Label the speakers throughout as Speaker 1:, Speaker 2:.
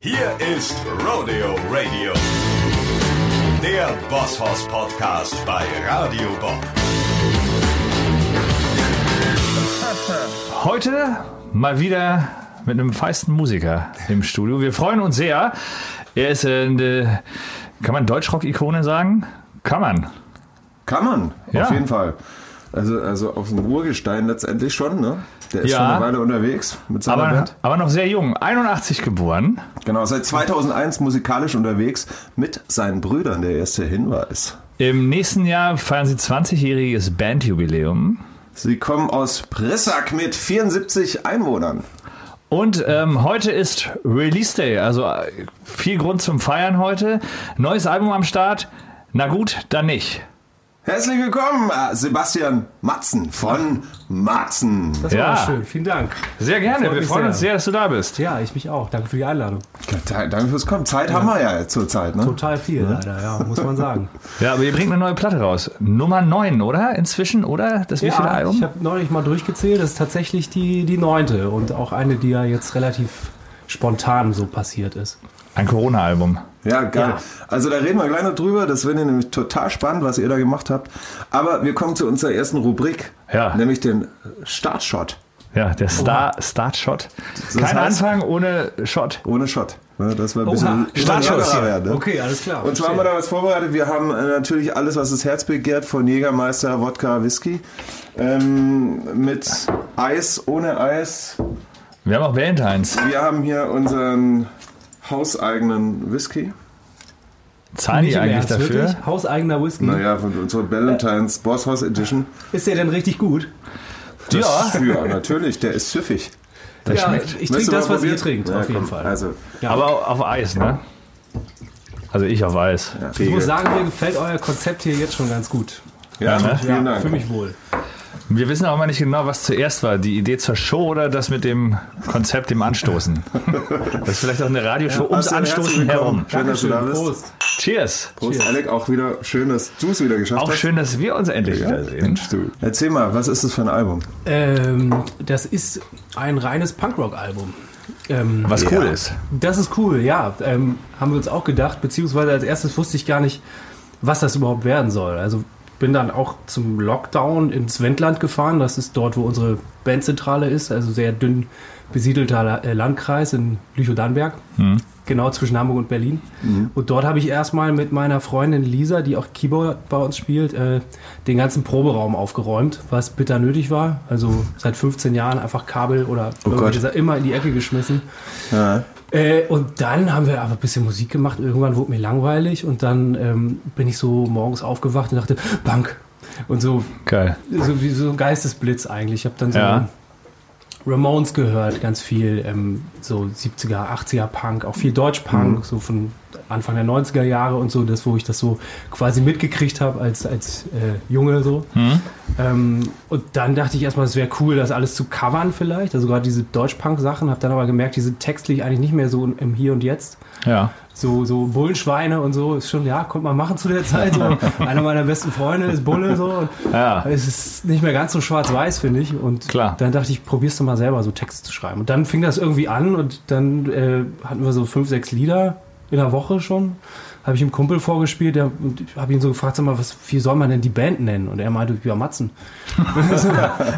Speaker 1: Hier ist Rodeo Radio. Der Bosshaus Podcast bei Radio Bob.
Speaker 2: Heute mal wieder mit einem feisten Musiker im Studio. Wir freuen uns sehr. Er ist äh, eine, kann man Deutschrock-Ikone sagen? Kann man.
Speaker 3: Kann man,
Speaker 2: Ja.
Speaker 3: auf jeden Fall. Also, also auf dem Urgestein letztendlich schon, ne? Der ist
Speaker 2: Ja.
Speaker 3: schon eine Weile unterwegs mit seiner
Speaker 2: Aber,
Speaker 3: Band.
Speaker 2: aber noch sehr jung. 81 geboren.
Speaker 3: Genau, seit 2001 musikalisch unterwegs mit seinen Brüdern, der erste Hinweis.
Speaker 2: Im nächsten Jahr feiern sie 20-jähriges Bandjubiläum.
Speaker 3: Sie kommen aus Prissack mit 74 Einwohnern.
Speaker 2: Und ähm, heute ist Release Day, also äh, viel Grund zum Feiern heute. Neues Album am Start. Na gut, dann nicht.
Speaker 3: Herzlich willkommen, äh, Sebastian Matzen von Matzen.
Speaker 4: Das
Speaker 2: Ja.
Speaker 4: war schön, vielen Dank.
Speaker 2: Sehr gerne.
Speaker 4: Freut
Speaker 2: Wir
Speaker 4: mich
Speaker 2: freuen
Speaker 4: sehr.
Speaker 2: uns sehr, dass du da bist.
Speaker 4: Ja, ich mich auch. Danke für die Einladung.
Speaker 3: Da- Danke fürs Kommen. Zeit haben wir ja zurzeit, ne?
Speaker 4: Total viel, leider, ja, muss man sagen.
Speaker 2: Ja, aber ihr bringt eine neue Platte raus. Nummer 9, oder? Inzwischen, oder? Das wievielte
Speaker 4: ja, ich
Speaker 2: Album?
Speaker 4: habe neulich mal durchgezählt, das ist tatsächlich die, die neunte und auch eine, die ja jetzt relativ spontan so passiert ist.
Speaker 2: Ein Corona-Album.
Speaker 3: Ja, geil.
Speaker 4: Ja.
Speaker 3: Also da reden wir gleich noch drüber. Das finde ich nämlich total spannend, was ihr da gemacht habt. Aber wir kommen zu unserer ersten Rubrik,
Speaker 2: Ja.
Speaker 3: nämlich den Startshot.
Speaker 2: Ja, der Star, Start-Shot. Kein
Speaker 3: heißt-
Speaker 2: Anfang ohne Shot.
Speaker 3: Ohne Shot. Ne, Das war ein
Speaker 4: Oha.
Speaker 3: bisschen
Speaker 2: Startschuss
Speaker 3: lockerer
Speaker 2: hier.
Speaker 3: werden, ne?
Speaker 4: Okay, alles klar.
Speaker 3: Und zwar haben wir da was vorbereitet. Wir haben äh, natürlich alles, was das Herz begehrt, von Jägermeister, Wodka, Whisky. Ähm, mit Eis, ohne Eis.
Speaker 2: Wir haben auch Valentines.
Speaker 3: Wir haben hier unseren hauseigenen Whisky.
Speaker 2: Zahlen die
Speaker 4: im
Speaker 2: eigentlich
Speaker 4: Ernst,
Speaker 2: dafür?
Speaker 4: Wirklich? Hauseigener Whisky.
Speaker 3: Naja, von unserer Valentine's Boss House Edition.
Speaker 4: Ist der denn richtig gut?
Speaker 2: Ja.
Speaker 3: Das- ja, natürlich. Der ist süffig.
Speaker 2: Das
Speaker 4: ja,
Speaker 2: schmeckt.
Speaker 4: ich
Speaker 3: Willst
Speaker 4: trinke
Speaker 3: du mal
Speaker 4: das, was ihr
Speaker 3: probieren?
Speaker 4: trinkt,
Speaker 3: Ja,
Speaker 4: auf jeden
Speaker 3: komm,
Speaker 4: Fall.
Speaker 3: Also,
Speaker 4: ja.
Speaker 2: Aber au- auf Eis, ne? Also ich auf Eis.
Speaker 3: ja,
Speaker 4: ich
Speaker 3: Regel.
Speaker 4: muss sagen, mir gefällt euer Konzept hier jetzt schon ganz gut.
Speaker 3: ja,
Speaker 2: Ja, ne?
Speaker 3: vielen Dank.
Speaker 4: Für mich wohl.
Speaker 2: Wir wissen auch mal nicht genau, was zuerst war. Die Idee zur Show oder das mit dem Konzept, dem Anstoßen. das ist vielleicht auch eine Radioshow ums
Speaker 3: Marcel, also herzlich
Speaker 2: Anstoßen
Speaker 3: willkommen.
Speaker 2: herum.
Speaker 3: Schön, dass du da bist.
Speaker 4: Prost.
Speaker 2: Cheers.
Speaker 3: Prost, Alec, auch wieder schön, dass du es wieder geschafft
Speaker 2: Auch
Speaker 3: hast.
Speaker 2: schön, dass wir uns endlich wiedersehen.
Speaker 3: Stuhl. Erzähl mal, was ist das für ein Album?
Speaker 4: Ähm, das ist ein reines Punkrock-Album. Ähm,
Speaker 2: Was cool ist.
Speaker 4: das ist cool, ja. Ähm, haben wir uns auch gedacht, beziehungsweise als erstes wusste ich gar nicht, was das überhaupt werden soll. Also bin dann auch zum Lockdown ins Wendland gefahren. Das ist dort, wo unsere Bandzentrale ist, also sehr dünn besiedelter La- äh, Landkreis in Lüchow-Dannenberg. Genau zwischen Hamburg und Berlin. Und dort habe ich erstmal mit meiner Freundin Lisa, die auch Keyboard bei uns spielt, äh, den ganzen Proberaum aufgeräumt, was bitter nötig war. Also seit 15 Jahren einfach Kabel oder irgendwelche Sa- immer in die Ecke geschmissen. Äh, und dann haben wir einfach ein bisschen Musik gemacht. Irgendwann wurde mir langweilig und dann ähm, bin ich so morgens aufgewacht und dachte, Bank. Und so,
Speaker 2: Geil.
Speaker 4: so wie so ein Geistesblitz eigentlich. Ich habe dann so
Speaker 2: Ja.
Speaker 4: Ramones gehört, ganz viel, ähm, so 70er, 80er Punk, auch viel Deutsch-Punk, so von Anfang der 90er Jahre und so, das, wo ich das so quasi mitgekriegt habe als, als äh, Junge so. Ähm, und dann dachte ich erstmal, es wäre cool, das alles zu covern vielleicht, also gerade diese Deutsch-Punk-Sachen, habe dann aber gemerkt, die sind textlich eigentlich nicht mehr so im Hier und Jetzt
Speaker 2: Ja.
Speaker 4: so, so Bullenschweine und so ist schon, ja, konnte man machen zu der Zeit. So. Einer meiner besten Freunde ist Bulle so.
Speaker 2: Ja.
Speaker 4: Es ist nicht mehr ganz so schwarz-weiß, finde ich. Und
Speaker 2: Klar.
Speaker 4: dann dachte ich, probierst du mal selber so Texte zu schreiben. Und dann fing das irgendwie an und dann äh, hatten wir so fünf, sechs Lieder in der Woche schon. Habe ich einem Kumpel vorgespielt der, und ich habe ihn so gefragt, sag mal, was, wie soll man denn die Band nennen? Und er meinte, ja, Matzen.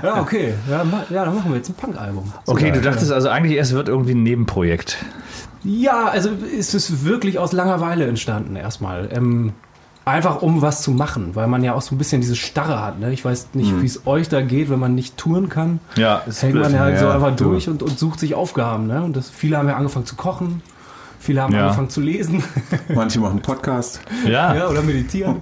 Speaker 4: ja, okay, ja, ma, ja, dann machen wir jetzt ein Punk-Album.
Speaker 2: Okay, du dachtest also eigentlich erst wird irgendwie ein Nebenprojekt.
Speaker 4: Ja, also es ist wirklich aus Langeweile entstanden erstmal. Ähm, einfach um was zu machen, weil man ja auch so ein bisschen diese Starre hat. Ne? Ich weiß nicht, wie es euch da geht, wenn man nicht touren kann.
Speaker 2: Mhm. Ja,
Speaker 4: Das hängt man ja halt so
Speaker 3: ja,
Speaker 4: einfach
Speaker 3: du.
Speaker 4: durch und, und sucht sich Aufgaben. Ne? Und das, viele haben ja angefangen zu kochen, viele haben
Speaker 2: Ja.
Speaker 4: angefangen zu lesen
Speaker 3: Manche machen Podcast.
Speaker 2: Ja,
Speaker 4: ja, oder meditieren.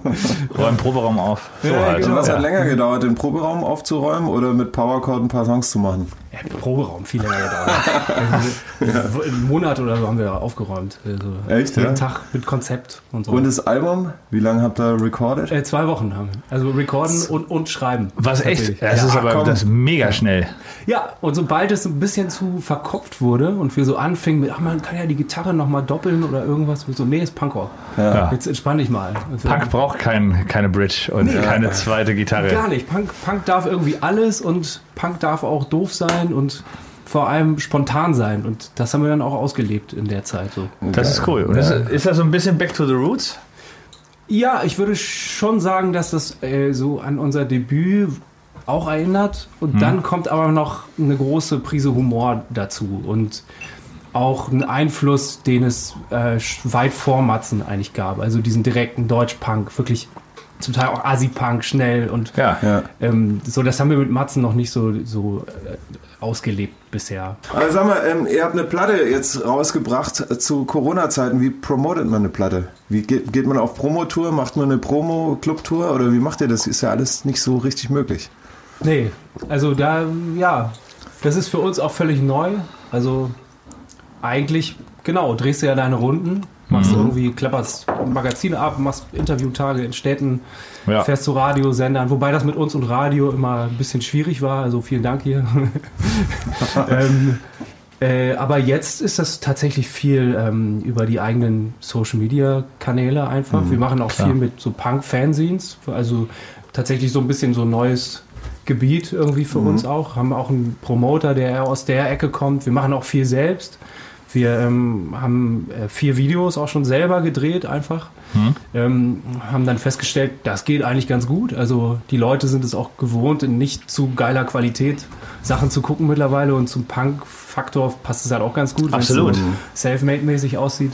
Speaker 2: räum Proberaum auf. So
Speaker 4: Ja,
Speaker 2: halt.
Speaker 4: genau.
Speaker 3: Was
Speaker 2: ja.
Speaker 3: hat länger gedauert, den Proberaum aufzuräumen oder mit Powercord ein paar Songs zu machen?
Speaker 4: ja, Proberaum, viel länger gedauert. also, Einen Monat oder so haben wir aufgeräumt. Also,
Speaker 3: Echt,
Speaker 4: Jeden
Speaker 3: ja?
Speaker 4: Tag mit Konzept und so.
Speaker 3: Und das Album, wie lange habt ihr recorded?
Speaker 4: äh, zwei Wochen haben wir. Also recorden und, und schreiben.
Speaker 2: Was echt?
Speaker 4: Natürlich.
Speaker 2: Das
Speaker 4: Ja,
Speaker 2: ist aber
Speaker 3: komm.
Speaker 2: das ist mega schnell.
Speaker 4: Ja, und sobald es ein bisschen zu verkopft wurde und wir so anfingen mit, ach, man kann ja die Gitarre nochmal doppeln oder irgendwas, wir so, nee, ist Punkrock.
Speaker 2: Ja.
Speaker 4: Jetzt entspann dich mal. Also,
Speaker 2: Punk braucht kein, keine Bridge und keine zweite Gitarre.
Speaker 4: Gar nicht. Punk, Punk darf irgendwie alles und Punk darf auch doof sein und vor allem spontan sein. Und das haben wir dann auch ausgelebt in der Zeit. So.
Speaker 2: Das ist cool. Und ist, ist das so ein bisschen Back to the Roots?
Speaker 4: Ja, ich würde schon sagen, dass das äh, so an unser Debüt auch erinnert. Und dann kommt aber noch eine große Prise Humor dazu und auch ein Einfluss, den es äh, sch- weit vor Matzen eigentlich gab. Also diesen direkten Deutsch-Punk, wirklich zum Teil auch Asi-Punk schnell und
Speaker 2: Ja.
Speaker 3: Ja.
Speaker 4: ähm, so, das haben wir mit Matzen noch nicht so, so äh, ausgelebt bisher.
Speaker 3: Aber sag mal, ähm, ihr habt eine Platte jetzt rausgebracht äh, zu Corona-Zeiten. Wie promotet man eine Platte? Wie geht, geht man auf Promotour? Macht man eine Promo-Club-Tour? Oder wie macht ihr das? Ist ja alles nicht so richtig möglich.
Speaker 4: Nee, also da, ja, das ist für uns auch völlig neu. Also eigentlich, genau, drehst du ja deine Runden, machst irgendwie, klapperst Magazine ab, machst Interviewtage in Städten,
Speaker 2: Ja.
Speaker 4: fährst zu Radiosendern, wobei das mit uns und Radio immer ein bisschen schwierig war, also vielen Dank hier. ähm, äh, aber jetzt ist das tatsächlich viel ähm, über die eigenen Social Media Kanäle einfach. Wir machen auch viel mit so Punk-Fanzines, also tatsächlich so ein bisschen so ein neues Gebiet irgendwie für uns auch. Haben auch einen Promoter, der eher aus der Ecke kommt. Wir machen auch viel selbst. Wir ähm, haben äh, vier Videos auch schon selber gedreht, einfach. Ähm, haben dann festgestellt, das geht eigentlich ganz gut. Also die Leute sind es auch gewohnt, in nicht zu geiler Qualität Sachen zu gucken mittlerweile und zum Punk-Faktor passt es halt auch ganz gut. wenn's
Speaker 2: Absolut.
Speaker 4: so Selfmade-mäßig aussieht.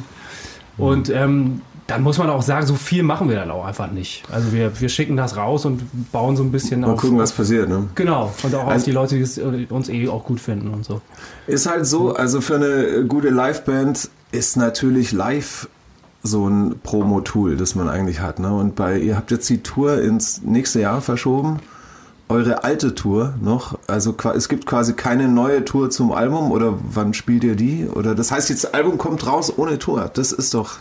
Speaker 4: Und ähm, dann muss man auch sagen, so viel machen wir dann auch einfach nicht. Also wir, wir schicken das raus und bauen so ein bisschen
Speaker 3: Mal
Speaker 4: auf.
Speaker 3: gucken, was passiert. Ne?
Speaker 4: Genau, und auch auf
Speaker 3: Also-
Speaker 4: die Leute, die es, äh, uns eh auch gut finden und so.
Speaker 3: Ist halt so, also für eine gute Liveband ist natürlich live so ein Promo-Tool, das man eigentlich hat. Ne? Und bei, ihr habt jetzt die Tour ins nächste Jahr verschoben. Eure alte Tour noch, also qua- es gibt quasi keine neue Tour zum Album oder wann spielt ihr die? Oder das heißt, jetzt das Album kommt raus ohne Tour. Das ist doch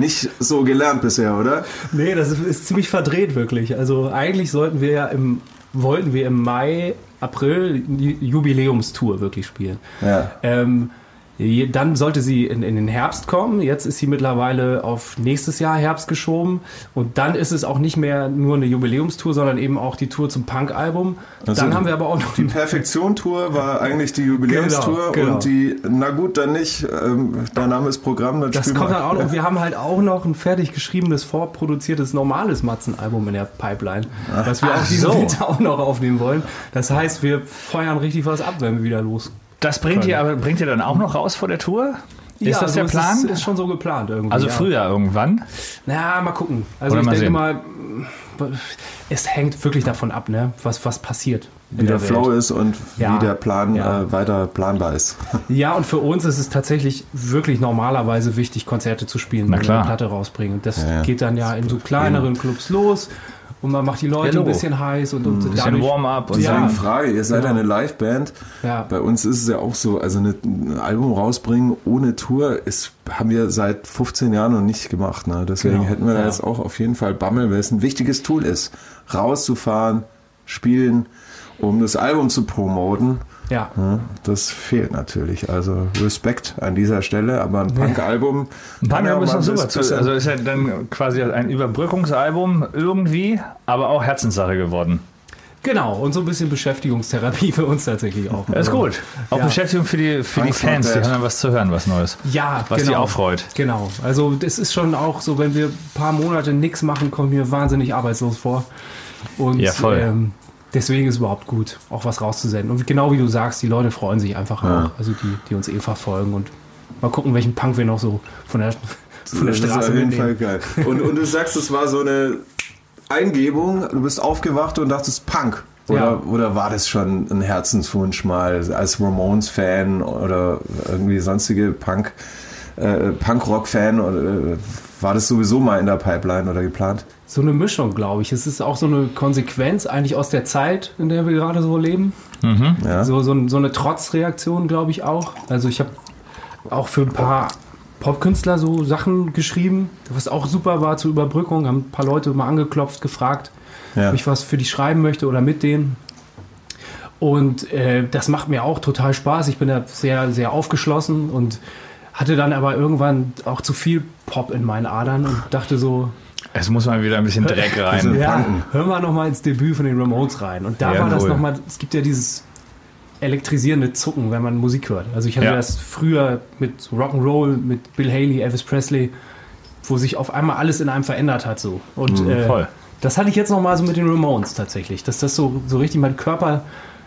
Speaker 3: nicht so gelernt bisher, oder?
Speaker 4: Nee, das ist, ist ziemlich verdreht wirklich. Also eigentlich sollten wir ja im, wollten wir im Mai, April die Jubiläumstour wirklich spielen.
Speaker 3: Ja.
Speaker 4: Ähm, je- dann sollte sie in, in den Herbst kommen. Jetzt ist sie mittlerweile auf nächstes Jahr Herbst geschoben. Und dann ist es auch nicht mehr nur eine Jubiläumstour, sondern eben auch die Tour zum Punk-Album.
Speaker 3: Also
Speaker 4: dann
Speaker 3: die-
Speaker 4: haben wir aber auch noch
Speaker 3: Die Perfektion-Tour war eigentlich die Jubiläumstour
Speaker 4: Genau, genau.
Speaker 3: und die, na gut, dann nicht, ähm, der Name ist Programm, dann
Speaker 4: Das
Speaker 3: spielen
Speaker 4: kommt
Speaker 3: wir-
Speaker 4: dann auch noch. Und wir haben halt auch noch ein fertig geschriebenes, vorproduziertes, normales Matzen-Album in der Pipeline, was wir auch diesen
Speaker 2: so.
Speaker 4: Winter auch noch aufnehmen wollen. Das heißt, wir feuern richtig was ab, wenn wir wieder los.
Speaker 2: Das bringt ihr, aber bringt ihr dann auch noch raus vor der Tour? Ist das
Speaker 4: so
Speaker 2: der Plan?
Speaker 4: also Ist, ist schon so geplant irgendwie.
Speaker 2: also
Speaker 4: ja.
Speaker 2: früher irgendwann.
Speaker 4: Na, mal gucken. Also
Speaker 2: Oder
Speaker 4: ich
Speaker 2: mal
Speaker 4: denke
Speaker 2: sehen.
Speaker 4: mal, es hängt wirklich davon ab, ne? was, was passiert. in
Speaker 3: wie der,
Speaker 4: Welt.
Speaker 3: Flow ist und
Speaker 4: Ja.
Speaker 3: wie der Plan
Speaker 4: Ja.
Speaker 3: äh, weiter planbar ist.
Speaker 4: Ja, und für uns ist es tatsächlich wirklich normalerweise wichtig, Konzerte zu spielen,
Speaker 2: Na
Speaker 4: wenn wir
Speaker 2: klar.
Speaker 4: eine Platte rausbringen. Das
Speaker 3: Ja, ja.
Speaker 4: geht dann ja in so kleineren Clubs los und man macht die
Speaker 2: Ja,
Speaker 4: Leute ein
Speaker 2: Logo. Hm.
Speaker 4: bisschen heiß und, und
Speaker 2: Bisschen Warm-up und
Speaker 4: Ja.
Speaker 3: Deswegen Frage, ihr seid eine Liveband.
Speaker 4: Ja.
Speaker 3: Bei uns ist es ja auch so, also eine, ein Album rausbringen ohne Tour, ist, haben wir seit 15 Jahren noch nicht gemacht. Ne? Deswegen
Speaker 4: Genau,
Speaker 3: hätten wir da
Speaker 4: ja.
Speaker 3: jetzt auch auf jeden Fall Bammel, weil es ein wichtiges Tool ist, rauszufahren, spielen, um das Album zu promoten.
Speaker 4: Ja,
Speaker 3: Ja, Das fehlt natürlich. Also Respekt an dieser Stelle, aber ein Punk-Album. kann ja
Speaker 2: Punk-Album ist noch
Speaker 3: mal ein
Speaker 2: super.
Speaker 3: bisschen-
Speaker 2: Zu, also ist ja dann quasi ein Überbrückungsalbum irgendwie, aber auch Herzenssache geworden.
Speaker 4: genau. Und so ein bisschen Beschäftigungstherapie für uns tatsächlich auch.
Speaker 2: Das ist gut. Auch
Speaker 4: Ähm, Ja.
Speaker 2: Beschäftigung für die, für die
Speaker 3: Thanks for
Speaker 2: Fans, die
Speaker 3: that.
Speaker 2: haben dann was zu hören, was Neues.
Speaker 4: Ja,
Speaker 2: Was die auch freut.
Speaker 4: Genau. Also das ist schon auch so, wenn wir ein paar Monate nichts machen, kommen wir wahnsinnig arbeitslos vor. Und
Speaker 2: Ja, voll.
Speaker 4: Ähm, deswegen ist es überhaupt gut, auch was rauszusenden. Und genau wie du sagst, die Leute freuen sich einfach
Speaker 3: Ja.
Speaker 4: auch. Also die, die uns eh verfolgen und mal gucken, welchen Punk wir noch so von der, von der
Speaker 3: Das ist
Speaker 4: Straße
Speaker 3: auf jeden Fall
Speaker 4: mitnehmen.
Speaker 3: geil. Und, und du sagst, es war so eine Eingebung, du bist aufgewacht und dachtest Punk. Oder,
Speaker 4: Ja.
Speaker 3: oder war das schon ein Herzenswunsch mal als Ramones-Fan oder irgendwie sonstige Punk, äh, Punk-Rock-Fan? Oder, äh, war das sowieso mal in der Pipeline oder geplant?
Speaker 4: So eine Mischung, glaube ich. Es ist auch so eine Konsequenz eigentlich aus der Zeit, in der wir gerade so leben.
Speaker 3: Ja?
Speaker 4: So, so, ein- so eine Trotzreaktion, glaube ich, auch. Also ich habe auch für ein paar Popkünstler so Sachen geschrieben, was auch super war zur Überbrückung. Haben ein paar Leute mal angeklopft, gefragt,
Speaker 3: ja.
Speaker 4: ob ich was für die schreiben möchte oder mit denen. Und äh, das macht mir auch total Spaß. Ich bin da sehr, sehr aufgeschlossen und hatte dann aber irgendwann auch zu viel Pop in meinen Adern und dachte so,
Speaker 2: Es muss mal wieder ein bisschen Dreck rein.
Speaker 4: ja, hören wir nochmal ins Debüt von den Ramones rein. Und da
Speaker 2: Jawohl.
Speaker 4: war das nochmal, es gibt ja dieses elektrisierende Zucken, wenn man Musik hört. Also ich hatte
Speaker 2: Ja.
Speaker 4: das früher mit so Rock'n'Roll, mit Bill Haley, Elvis Presley, wo sich auf einmal alles in einem verändert hat so. Und äh,
Speaker 2: Mhm, voll.
Speaker 4: das hatte ich jetzt noch mal so mit den Ramones tatsächlich, dass das so, so richtig mein Körper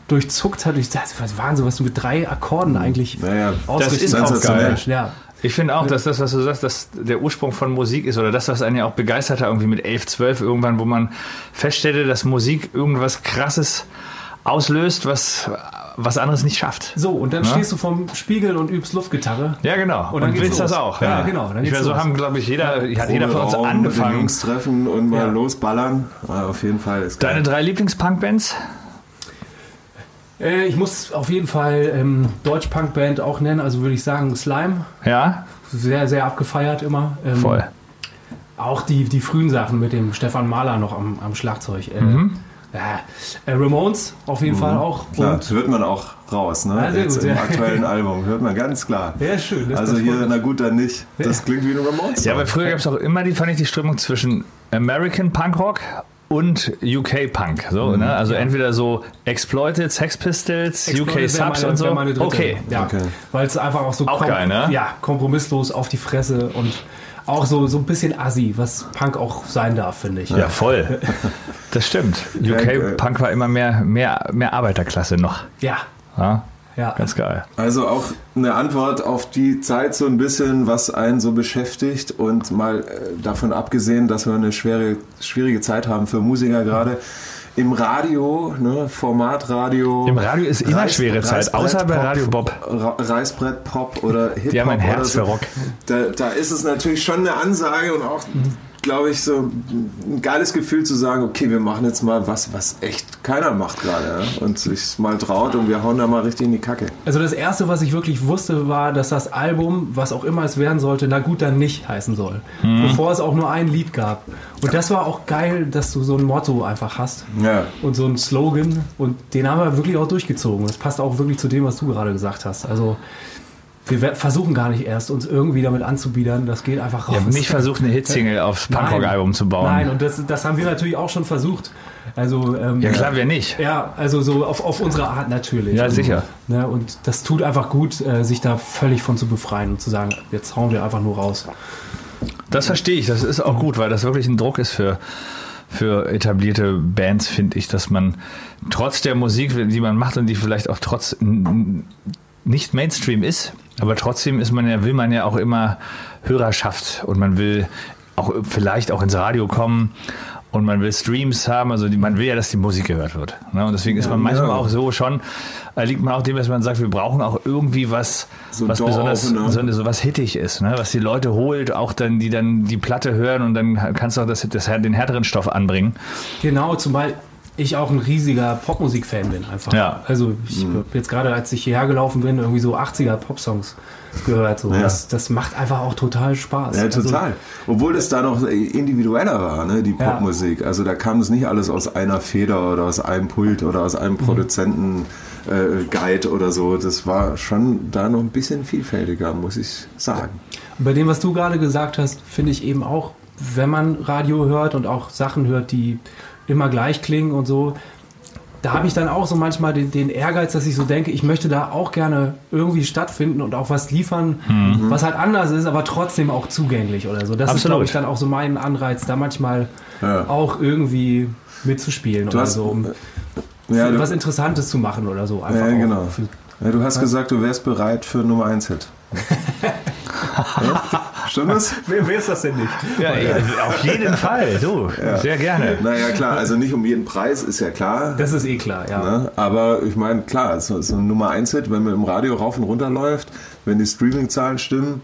Speaker 4: durchzuckt hat. Ich dachte, was Wahnsinn, was du mit drei Akkorden eigentlich
Speaker 3: Naja,
Speaker 4: ausrichten
Speaker 2: ist auch
Speaker 4: kannst.
Speaker 3: sensationell.
Speaker 4: Ja.
Speaker 2: Ich finde auch, dass das, was du sagst, dass der Ursprung von Musik ist oder das, was einen ja auch begeistert hat, irgendwie mit 11, 12 irgendwann, wo man feststellte, dass Musik irgendwas Krasses auslöst, was, was anderes nicht schafft.
Speaker 4: So, und dann
Speaker 2: Ja.
Speaker 4: stehst du vorm Spiegel und übst Luftgitarre.
Speaker 2: Ja, genau.
Speaker 4: Und dann geht's
Speaker 2: willst
Speaker 4: los.
Speaker 2: das auch.
Speaker 4: Ja, genau, dann
Speaker 2: ich
Speaker 4: geht's
Speaker 2: meine, so
Speaker 4: los.
Speaker 2: haben, glaube ich, jeder, hat jeder von uns
Speaker 3: Proberaum, Mit den
Speaker 2: angefangen.
Speaker 3: Jungs treffen und mal
Speaker 4: Ja.
Speaker 3: losballern. Ah, auf jeden Fall ist
Speaker 2: Deine drei Lieblings-Punk-Bands?
Speaker 4: Äh, ich muss auf jeden Fall ähm, Deutsch-Punk-Band auch nennen, also würde ich sagen Slime.
Speaker 2: Ja,
Speaker 4: Sehr, sehr abgefeiert immer. Ähm,
Speaker 2: voll.
Speaker 4: Auch die, die frühen Sachen mit dem Stefan Mahler noch am, am Schlagzeug. Äh,
Speaker 2: Mhm.
Speaker 4: ja. äh, Ramones auf jeden Fall auch.
Speaker 3: Mhm. Klar,
Speaker 4: Und,
Speaker 3: hört man auch raus, ne?
Speaker 4: Ah, sehr
Speaker 3: Jetzt
Speaker 4: gut,
Speaker 3: im
Speaker 4: ja.
Speaker 3: aktuellen Album, hört man ganz klar.
Speaker 4: ja, schön. das-
Speaker 3: also
Speaker 4: das
Speaker 3: hier,
Speaker 4: freut
Speaker 3: na gut, dann nicht. Das klingt wie ein Ramones.
Speaker 2: Ja, aber früher gab es auch immer die, fand ich, die Strömung zwischen American Punk Rock und UK Punk. So,
Speaker 4: Mhm.
Speaker 2: ne? Also entweder so Exploited, Sex Pistols,
Speaker 4: mich.
Speaker 2: UK
Speaker 4: Exploded wäre
Speaker 2: Subs
Speaker 4: meine-
Speaker 2: und so.
Speaker 4: wäre Meine dritte.
Speaker 2: Okay.
Speaker 4: Ja,
Speaker 3: Okay.
Speaker 4: Weil es einfach auch so
Speaker 2: Auch
Speaker 4: kom-
Speaker 2: geil, ne?
Speaker 4: ja, kompromisslos auf die Fresse und auch so, so ein bisschen assi, was Punk auch sein darf, finde ich.
Speaker 2: Ja, voll. Das stimmt.
Speaker 3: geil.
Speaker 2: UK Punk war immer mehr, mehr, mehr Arbeiterklasse noch.
Speaker 4: Ja.
Speaker 2: Ja,
Speaker 4: ja.
Speaker 2: ganz geil.
Speaker 3: Also auch eine Antwort auf die Zeit so ein bisschen, was einen so beschäftigt und mal äh, davon abgesehen, dass wir eine schwere, schwierige Zeit haben für Musiker gerade. Im Radio, ne, Formatradio.
Speaker 2: Im Radio ist immer
Speaker 3: Reiß-
Speaker 2: schwere Zeit,
Speaker 3: Reißbrett
Speaker 2: außer bei
Speaker 3: Pop,
Speaker 2: Radio Bob.
Speaker 3: Ra Reißbrett Pop oder Hip-Hop.
Speaker 2: Die haben ein
Speaker 3: oder
Speaker 2: Herz
Speaker 3: so.
Speaker 2: für Rock.
Speaker 3: Da, da ist es natürlich schon eine Ansage und auch, glaube ich, so ein geiles Gefühl zu sagen, okay, wir machen jetzt mal was, was echt keiner macht gerade ja, und sich mal traut und wir hauen da mal richtig in die Kacke.
Speaker 4: Also das erste, was ich wirklich wusste, war, dass das Album, was auch immer es werden sollte, na gut dann nicht heißen soll,
Speaker 2: Mhm.
Speaker 4: bevor es auch nur ein Lied gab. Und das war auch geil, dass du so ein Motto einfach hast
Speaker 3: Ja.
Speaker 4: und so ein Slogan und den haben wir wirklich auch durchgezogen. Das passt auch wirklich zu dem, was du gerade gesagt hast. Also wir we- versuchen gar nicht erst uns irgendwie damit anzubiedern, das geht einfach raus.
Speaker 2: Ich habe nicht versucht, eine Hitsingle aufs
Speaker 4: Oh. Nein.
Speaker 2: Punkrock-Album zu bauen.
Speaker 4: Nein, und das, das haben wir natürlich auch schon versucht. Also ähm,
Speaker 2: ja, klar, wir nicht.
Speaker 4: ja, also so auf, auf unsere Art natürlich.
Speaker 2: Ja, sicher.
Speaker 4: Ne, und das tut einfach gut, äh, sich da völlig von zu befreien und zu sagen, jetzt hauen wir einfach nur raus.
Speaker 2: Das verstehe ich, das ist auch gut, weil das wirklich ein Druck ist für, für etablierte Bands, finde ich, dass man trotz der Musik, die man macht und die vielleicht auch trotz n- n- nicht Mainstream ist, aber trotzdem ist man ja, will man ja auch immer Hörerschaft und man will auch vielleicht auch ins Radio kommen und man will Streams haben, also die, man will ja, dass die Musik gehört wird. Ne? Und deswegen ist man manchmal
Speaker 3: ja.
Speaker 2: auch so schon, äh, liegt man auch dem, dass man sagt, wir brauchen auch irgendwie was,
Speaker 3: So
Speaker 2: was
Speaker 3: Door
Speaker 2: besonders,
Speaker 3: Opener.
Speaker 2: so, so was hittig ist, ne? was die Leute holt, auch dann, die dann die Platte hören und dann kannst du auch das, das, den härteren Stoff anbringen.
Speaker 4: Genau, zumal ich auch ein riesiger Popmusik-Fan bin einfach.
Speaker 2: Ja.
Speaker 4: Also ich hab jetzt gerade, als ich hierher gelaufen bin, irgendwie so 80er Popsongs gehört. So.
Speaker 3: Ja.
Speaker 4: Das, das macht einfach auch total Spaß.
Speaker 3: Ja,
Speaker 4: Also,
Speaker 3: total. Obwohl es da noch individueller war, ne, die
Speaker 4: Ja.
Speaker 3: Popmusik. Also da kam es nicht alles aus einer Feder oder aus einem Pult oder aus
Speaker 4: Mhm.
Speaker 3: einem Produzenten-Guide oder so. Das war schon da noch ein bisschen vielfältiger, muss ich sagen.
Speaker 4: Bei dem, was du gerade gesagt hast, finde ich eben auch, wenn man Radio hört und auch Sachen hört, die immer gleich klingen und so, da habe ich dann auch so manchmal den, den Ehrgeiz, dass ich so denke, ich möchte da auch gerne irgendwie stattfinden und auch was liefern, was halt anders ist, aber trotzdem auch zugänglich oder so. Das ist,
Speaker 2: Absolut.
Speaker 4: glaube ich, dann auch so mein Anreiz, da manchmal
Speaker 3: Ja.
Speaker 4: auch irgendwie mitzuspielen oder
Speaker 3: hast-
Speaker 4: so, um
Speaker 3: Ja, du,
Speaker 4: was Interessantes zu machen oder so. Einfach
Speaker 3: Ja,
Speaker 4: auch
Speaker 3: genau.
Speaker 4: für-
Speaker 3: ja, du hast gesagt, du wärst bereit für einen Nummer 1-Hit. ja? Stimmt das?
Speaker 4: Wer, wer ist das denn nicht?
Speaker 2: Ja, Äh, auf jeden Fall, du, sehr gerne.
Speaker 3: Naja, klar, also nicht um jeden Preis, ist ja klar.
Speaker 4: Das ist eh klar, ja.
Speaker 3: Ne? Aber ich meine, klar, so, so ein Nummer 1-Hit, wenn man im Radio rauf und runter läuft, wenn die Streaming-Zahlen stimmen,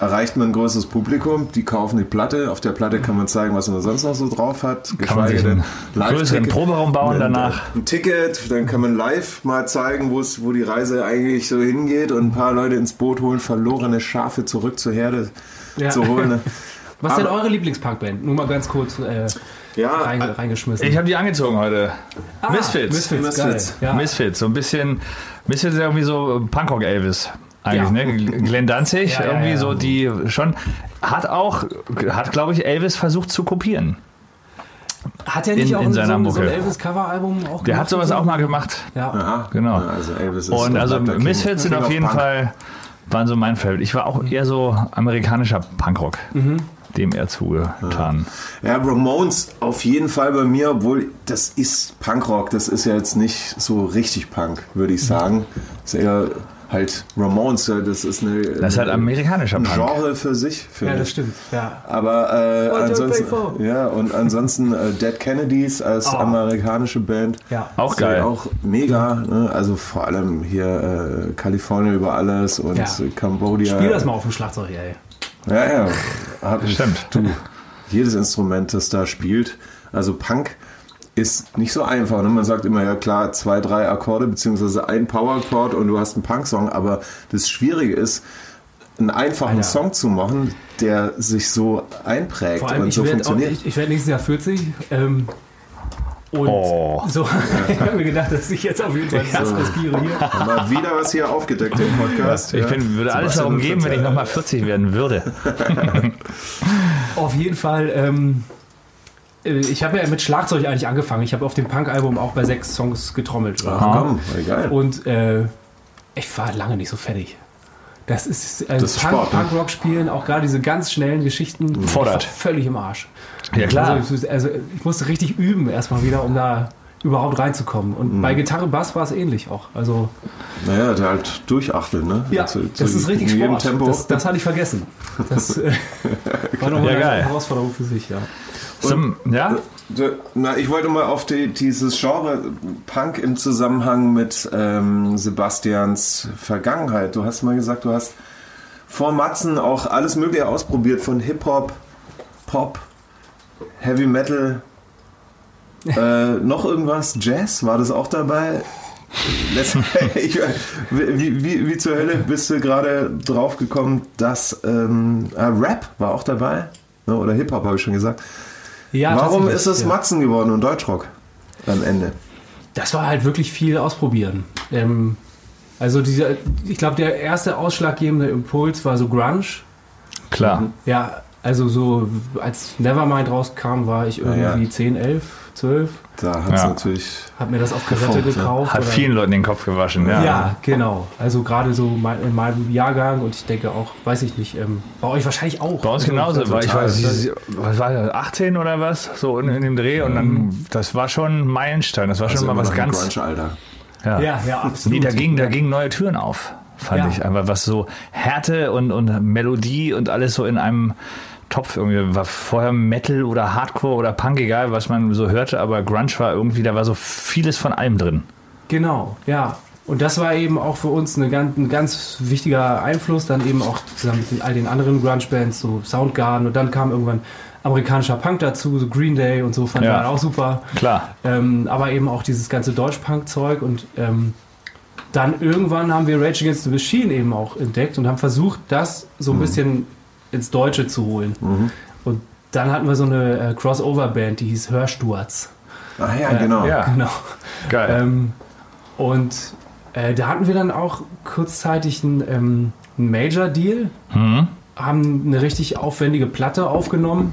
Speaker 3: erreicht man ein größeres Publikum, die kaufen die Platte, auf der Platte kann man zeigen, was man sonst noch so drauf hat,
Speaker 2: Kann man sich einen größeren
Speaker 3: Live-Ticket.
Speaker 2: Proberaum bauen danach.
Speaker 3: äh, Ein Ticket, dann kann man live mal zeigen, wo es, wo die Reise eigentlich so hingeht und ein paar Leute ins Boot holen, verlorene Schafe zurück zur Herde
Speaker 4: Ja.
Speaker 3: zu holen. ne?
Speaker 4: Was ist denn
Speaker 3: Aber-
Speaker 4: eure Lieblingspunkband? Nur mal ganz kurz äh,
Speaker 3: Ja,
Speaker 4: rein,
Speaker 3: äh,
Speaker 4: reingeschmissen.
Speaker 2: Ah, Ich habe die angezogen heute.
Speaker 4: ah,
Speaker 2: Misfits.
Speaker 4: Misfits,
Speaker 3: Misfits.
Speaker 4: Geil. Ja.
Speaker 2: Misfits, so ein bisschen, Misfits ist ja irgendwie so Punkrock Elvis. Eigentlich,
Speaker 4: Ja.
Speaker 2: ne? Glenn Danzig,
Speaker 4: Ja, ja,
Speaker 2: irgendwie
Speaker 4: ja.
Speaker 2: so die schon, hat auch, hat glaube ich Elvis versucht zu kopieren.
Speaker 4: Hat er nicht
Speaker 2: in,
Speaker 4: auch
Speaker 2: in
Speaker 4: so,
Speaker 2: seiner
Speaker 4: so ein
Speaker 2: Mucke.
Speaker 4: Elvis-Cover-Album auch
Speaker 2: Der hat sowas auch mal gemacht.
Speaker 4: Ja.
Speaker 3: Aha.
Speaker 2: Genau.
Speaker 3: Ja, also Elvis ist
Speaker 2: Und
Speaker 3: der
Speaker 2: also
Speaker 3: bleibt der King.
Speaker 2: Misfits sind
Speaker 3: King
Speaker 2: auf
Speaker 3: of
Speaker 2: jeden
Speaker 3: Punk.
Speaker 2: Fall, waren so mein Feld. Ich war auch eher so amerikanischer Punkrock, dem er zugetan.
Speaker 3: Ja, Ramones auf jeden Fall bei mir, obwohl das ist Punkrock, das ist ja jetzt nicht so richtig Punk, würde
Speaker 2: Mhm.
Speaker 3: ich sagen. Das ist eher halt Ramones, ja, das ist eine.
Speaker 2: Das ist halt amerikanischer
Speaker 3: ein
Speaker 2: Punk.
Speaker 3: Genre für sich,
Speaker 4: ja,
Speaker 3: finde
Speaker 4: das
Speaker 3: ich.
Speaker 4: stimmt. Ja.
Speaker 3: Aber äh,
Speaker 4: One, two, three,
Speaker 3: ansonsten,
Speaker 4: four.
Speaker 3: ja, und ansonsten äh, Dead Kennedys als
Speaker 4: Oh.
Speaker 3: amerikanische Band.
Speaker 4: Ja.
Speaker 2: Auch
Speaker 3: Ist ja
Speaker 2: geil.
Speaker 3: Auch mega. Ne? Also vor allem hier äh, Kalifornien über alles und
Speaker 4: Ja.
Speaker 3: Cambodia.
Speaker 4: Spiel das mal auf dem Schlagzeug, ey.
Speaker 3: Ja, ja. Hab ich,
Speaker 2: Stimmt.
Speaker 3: Du, jedes Instrument, das da spielt, also Punk ist nicht so einfach. Ne? Man sagt immer, ja klar, zwei, drei Akkorde beziehungsweise ein Power-Akkord und du hast einen Punk-Song, aber das Schwierige ist, einen einfachen
Speaker 4: Alter.
Speaker 3: Song zu machen, der sich so einprägt
Speaker 4: Vor allem,
Speaker 3: und
Speaker 4: ich
Speaker 3: so
Speaker 4: werde
Speaker 3: funktioniert.
Speaker 4: ich, ich werd nächstes Jahr 40. Ähm, und
Speaker 2: Oh.
Speaker 4: so, ich habe mir gedacht, dass ich jetzt auf jeden Fall das riskiere hier.
Speaker 3: Haben wir wieder was hier aufgedeckt im Podcast.
Speaker 2: Ich
Speaker 3: ja.
Speaker 2: bin, würde alles
Speaker 3: Sebastian
Speaker 2: darum
Speaker 3: und
Speaker 2: geben, wenn ich
Speaker 3: Fritz,
Speaker 2: nochmal 40 werden würde.
Speaker 4: Auf jeden Fall, ähm, äh, ich habe ja mit Schlagzeug eigentlich angefangen. Ich habe auf dem Punk-Album auch bei sechs Songs getrommelt.
Speaker 3: äh, Ach komm, egal.
Speaker 4: Und äh, ich war lange nicht so fertig. Das ist, also
Speaker 3: Das ist
Speaker 4: Punk,
Speaker 3: Sport, ne?
Speaker 4: Punkrock spielen, auch gerade diese ganz schnellen Geschichten, ich war
Speaker 2: Fordert.
Speaker 4: völlig im Arsch.
Speaker 2: Ja, klar.
Speaker 4: Also, ich- also ich musste richtig üben erstmal wieder, um da überhaupt reinzukommen. Und
Speaker 3: Mhm.
Speaker 4: bei Gitarre Bass war es ähnlich auch. Also
Speaker 3: Naja, der halt durchachteln, ne?
Speaker 4: ja,
Speaker 3: Zu- zu
Speaker 4: das ist richtig
Speaker 3: jedem
Speaker 4: Sport.
Speaker 3: Tempo.
Speaker 4: Das, das hatte ich vergessen. Das äh, war nochmal
Speaker 2: Ja,
Speaker 4: eine
Speaker 2: geil.
Speaker 4: Herausforderung für sich, ja.
Speaker 2: Zum, ja?
Speaker 3: So, Na, ich wollte mal auf die, dieses Genre Punk im Zusammenhang mit ähm, Sebastians Vergangenheit. Du hast mal gesagt, du hast vor Matzen auch alles Mögliche ausprobiert, von Hip-Hop, Pop, Heavy Metal, äh, noch irgendwas, Jazz, war das auch dabei? Let's- ich, wie, wie, wie zur Hölle bist du gerade drauf gekommen, dass ähm, ah, Rap war auch dabei? Ne, Oder Hip-Hop habe ich schon gesagt.
Speaker 4: ja
Speaker 3: Warum
Speaker 4: tatsächlich,
Speaker 3: ist es
Speaker 4: ja.
Speaker 3: Matzen geworden und Deutschrock am Ende?
Speaker 4: Das war halt wirklich viel ausprobieren. Ähm, also dieser, ich glaube, der erste ausschlaggebende Impuls war so Grunge.
Speaker 3: Mhm.
Speaker 2: Klar.
Speaker 4: Ja, also so als Nevermind rauskam, war ich irgendwie
Speaker 3: ja.
Speaker 4: 10, 11, 12.
Speaker 3: Da hat es
Speaker 2: Ja.
Speaker 3: natürlich.
Speaker 4: Hab mir das auf Kassette
Speaker 3: Gefunkt, ne?
Speaker 4: gekauft.
Speaker 2: Hat
Speaker 4: oder-
Speaker 2: vielen Leuten den Kopf gewaschen, ja.
Speaker 4: Ja, genau. Also gerade so mein, in meinem Jahrgang und ich denke auch, weiß ich nicht, ähm, bei euch wahrscheinlich auch. Also,
Speaker 2: Bei uns genauso, weil ich
Speaker 3: Also total.
Speaker 2: weiß, sie- sie- was war das, 18 oder was, so in, in dem Dreh und
Speaker 3: Mhm.
Speaker 2: dann, das war schon ein Meilenstein, das war
Speaker 3: also
Speaker 2: schon mal was ganz,
Speaker 3: Grunge,
Speaker 2: ja.
Speaker 4: Ja, ja,
Speaker 2: Nee,
Speaker 4: absolut.
Speaker 2: da gingen da gingen neue Türen auf, fand
Speaker 4: Ja.
Speaker 2: ich, aber was so Härte und, und Melodie und alles so in einem Topf irgendwie, war vorher Metal oder Hardcore oder Punk, egal was man so hörte, aber Grunge war irgendwie, da war so vieles von allem drin.
Speaker 4: Genau, ja. Und das war eben auch für uns eine ganz, ein ganz wichtiger Einfluss, dann eben auch zusammen mit all den anderen Grunge-Bands, so Soundgarden und dann kam irgendwann amerikanischer Punk dazu, so Green Day und so, fand
Speaker 2: Ja.
Speaker 4: man auch super.
Speaker 2: Klar,
Speaker 4: Ähm, aber eben auch dieses ganze Deutsch-Punk-Zeug und ähm, dann irgendwann haben wir Rage Against the Machine eben auch entdeckt und haben versucht, das so ein bisschen ins Deutsche zu holen. Und dann hatten wir so eine äh, Crossover-Band, die hieß Hörsturz.
Speaker 3: Ach ja, genau.
Speaker 2: ja.
Speaker 4: Genau.
Speaker 2: geil.
Speaker 4: Ähm, und äh, da hatten wir dann auch kurzzeitig einen, ähm, einen Major-Deal,
Speaker 2: mhm.
Speaker 4: haben eine richtig aufwendige Platte aufgenommen,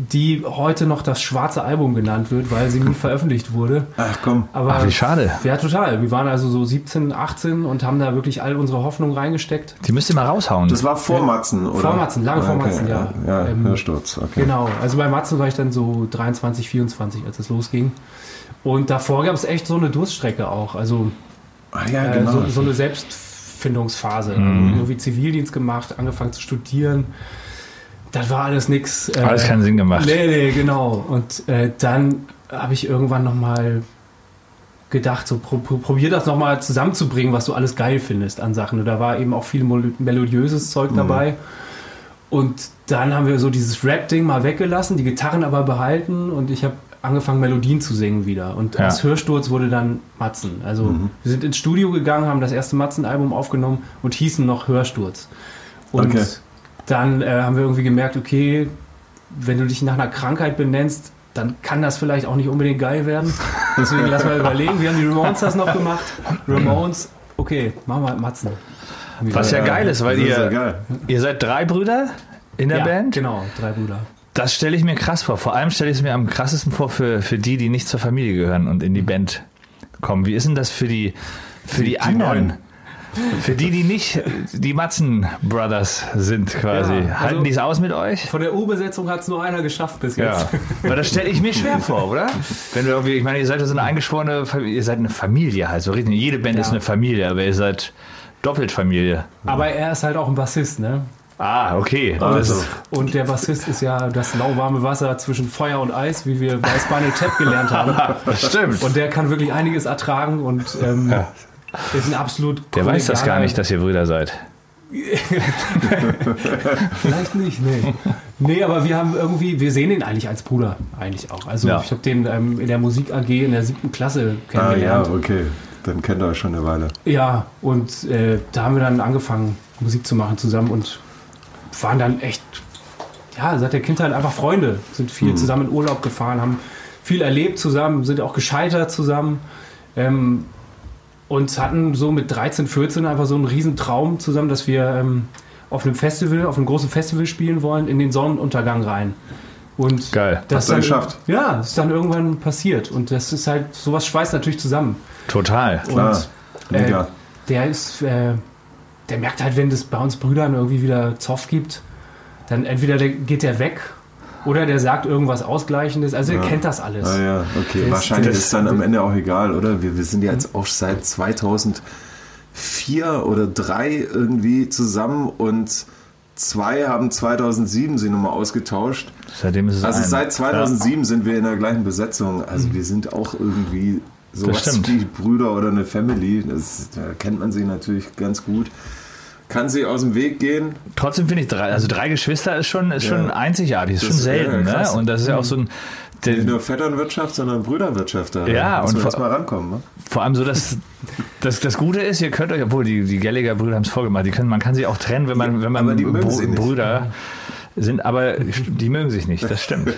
Speaker 4: die heute noch das schwarze Album genannt wird, weil sie nie veröffentlicht wurde.
Speaker 3: Ach komm.
Speaker 4: Aber
Speaker 2: Ach, wie schade.
Speaker 4: ja, total. Wir waren also so 17, 18 und haben da wirklich all unsere Hoffnung reingesteckt.
Speaker 2: Die müsst ihr mal raushauen.
Speaker 3: Das war vor Matzen, oder? Ah,
Speaker 4: Vor Matzen, lange vor Matzen, ja.
Speaker 3: Ja,
Speaker 4: Ähm,
Speaker 3: Hörsturz, okay.
Speaker 4: Genau, also bei Matzen war ich dann so 23, 24, als es losging. Und davor gab es echt so eine Durststrecke auch. Also
Speaker 3: Ah ja,
Speaker 4: äh,
Speaker 3: genau. Mhm.
Speaker 4: so, so eine Selbstfindungsphase. Irgendwie Zivildienst gemacht, angefangen zu studieren. Das war alles nix. äh,
Speaker 2: Alles keinen Sinn gemacht.
Speaker 4: Nee, nee, genau. Und äh, dann habe ich irgendwann nochmal gedacht, so pro, pro, probier das nochmal zusammenzubringen, was du alles geil findest an Sachen. Und da war eben auch viel mol- melodiöses
Speaker 2: Mhm.
Speaker 4: Zeug dabei. Und dann haben wir so dieses Rap-Ding mal weggelassen, die Gitarren aber behalten und ich habe angefangen, Melodien zu singen wieder. Und
Speaker 2: Ja. Mhm.
Speaker 4: aus Hörsturz wurde dann Matzen. Also wir sind ins Studio gegangen, haben das erste Matzen-Album aufgenommen und hießen noch Hörsturz. Und
Speaker 3: Okay.
Speaker 4: dann äh, haben wir irgendwie gemerkt, okay, wenn du dich nach einer Krankheit benennst, dann kann das vielleicht auch nicht unbedingt geil werden. Deswegen lass mal überlegen. Wir haben die Ramones das noch gemacht. Ramones, okay, machen wir halt Matzen.
Speaker 2: Was ja geil ist, weil
Speaker 3: das ist ja
Speaker 2: ihr,
Speaker 3: geil. Ah,
Speaker 2: ihr seid drei Brüder in der
Speaker 4: ja,
Speaker 2: Band.
Speaker 4: Genau, drei Brüder.
Speaker 2: Das stelle ich mir krass vor. Vor allem stelle ich es mir am krassesten vor für, für die, die nicht zur Familie gehören und in die Band kommen. Wie ist denn das für die, für die, anderen? Für die, die nicht die Matzen Brothers sind quasi.
Speaker 4: Ja, also-
Speaker 2: Halten die es aus mit euch?
Speaker 4: Von der U-Besetzung hat es nur einer geschafft bis jetzt.
Speaker 2: Ja. Aber das stelle ich mir schwer vor, oder? Wenn wir irgendwie, ich meine, ihr seid ja so eine eingeschworene Familie, ihr seid eine Familie halt. So richtig. Jede Band
Speaker 4: Ja.
Speaker 2: ist eine Familie, aber ihr seid doppelt Familie.
Speaker 4: Aber er ist halt auch ein Bassist, ne?
Speaker 2: Ah, okay.
Speaker 3: Also,
Speaker 4: Und der Bassist ist ja das lauwarme Wasser zwischen Feuer und Eis, wie wir bei Spinal Tap gelernt haben.
Speaker 2: Das stimmt.
Speaker 4: Und der kann wirklich einiges ertragen und ähm, ist ein absolut.
Speaker 2: Der weiß das gar
Speaker 4: kollegialer-
Speaker 2: nicht, dass ihr Brüder seid.
Speaker 4: Vielleicht nicht, nee. Nee, aber wir haben irgendwie, wir sehen ihn eigentlich als Bruder, eigentlich auch. Also
Speaker 2: Ja.
Speaker 4: ich habe den ähm, in der Musik AG in der siebten Klasse
Speaker 3: ah ja,
Speaker 4: kennengelernt.
Speaker 3: okay. Dann kennt ihr euch schon eine Weile.
Speaker 4: ja. und äh, da haben wir dann angefangen, Musik zu machen zusammen und waren dann echt, ja, seit der Kindheit einfach Freunde. Sind viel
Speaker 3: Mhm.
Speaker 4: zusammen in Urlaub gefahren, haben viel erlebt zusammen, sind auch gescheitert zusammen. Ähm, und hatten so mit 13, 14 einfach so einen riesen Traum zusammen, dass wir ähm, auf einem Festival, auf einem großen Festival spielen wollen, in den Sonnenuntergang rein. Und
Speaker 2: Geil.
Speaker 4: das
Speaker 3: Habt ihr
Speaker 4: dann,
Speaker 3: geschafft?
Speaker 4: Ja, das ist dann irgendwann passiert. Und das ist halt, sowas schweißt natürlich zusammen.
Speaker 2: Total.
Speaker 3: Klar.
Speaker 4: Und
Speaker 3: Mega.
Speaker 4: äh, der ist, äh, der merkt halt, wenn es bei uns Brüdern irgendwie wieder Zoff gibt, dann entweder der, geht der weg oder der sagt irgendwas Ausgleichendes. Also er
Speaker 3: Ja.
Speaker 4: kennt das alles.
Speaker 3: Ah ja, okay.
Speaker 4: Das-
Speaker 3: Wahrscheinlich
Speaker 4: das-
Speaker 3: ist dann am Ende auch egal, oder? Wir, wir sind ja jetzt auch seit 2004 oder 3 irgendwie zusammen und zwei haben 2007 sie nochmal ausgetauscht.
Speaker 2: Seitdem ist es
Speaker 3: Also
Speaker 2: ein.
Speaker 3: seit 2007 sind wir in der gleichen Besetzung. Also wir sind auch irgendwie
Speaker 2: Das
Speaker 3: sowas
Speaker 2: stimmt.
Speaker 3: wie Brüder oder eine Family. Das, da kennt man sie natürlich ganz gut. Kann sie aus dem Weg gehen.
Speaker 2: Ja. Trotzdem finde ich drei, also drei Geschwister ist schon, ist
Speaker 3: Ja.
Speaker 2: schon einzigartig, ist
Speaker 3: Das-
Speaker 2: schon selten,
Speaker 3: ja,
Speaker 2: ne?
Speaker 3: krass. Mhm.
Speaker 2: Und das ist ja auch so ein, der,
Speaker 3: Nicht nur Vetternwirtschaft, sondern Brüderwirtschaft. Da
Speaker 2: Ja,
Speaker 3: muss
Speaker 2: und
Speaker 3: man
Speaker 2: vor-
Speaker 3: erst mal rankommen. Ne?
Speaker 2: vor allem so, dass, das, das Gute ist, ihr könnt euch, obwohl die, die Gallagher-Brüder haben es vorgemacht, die können, man kann sie auch trennen, wenn man, wenn man
Speaker 3: aber die mögen sie nicht. Mhm.
Speaker 2: Brüder sind, aber die mögen sich nicht, das stimmt.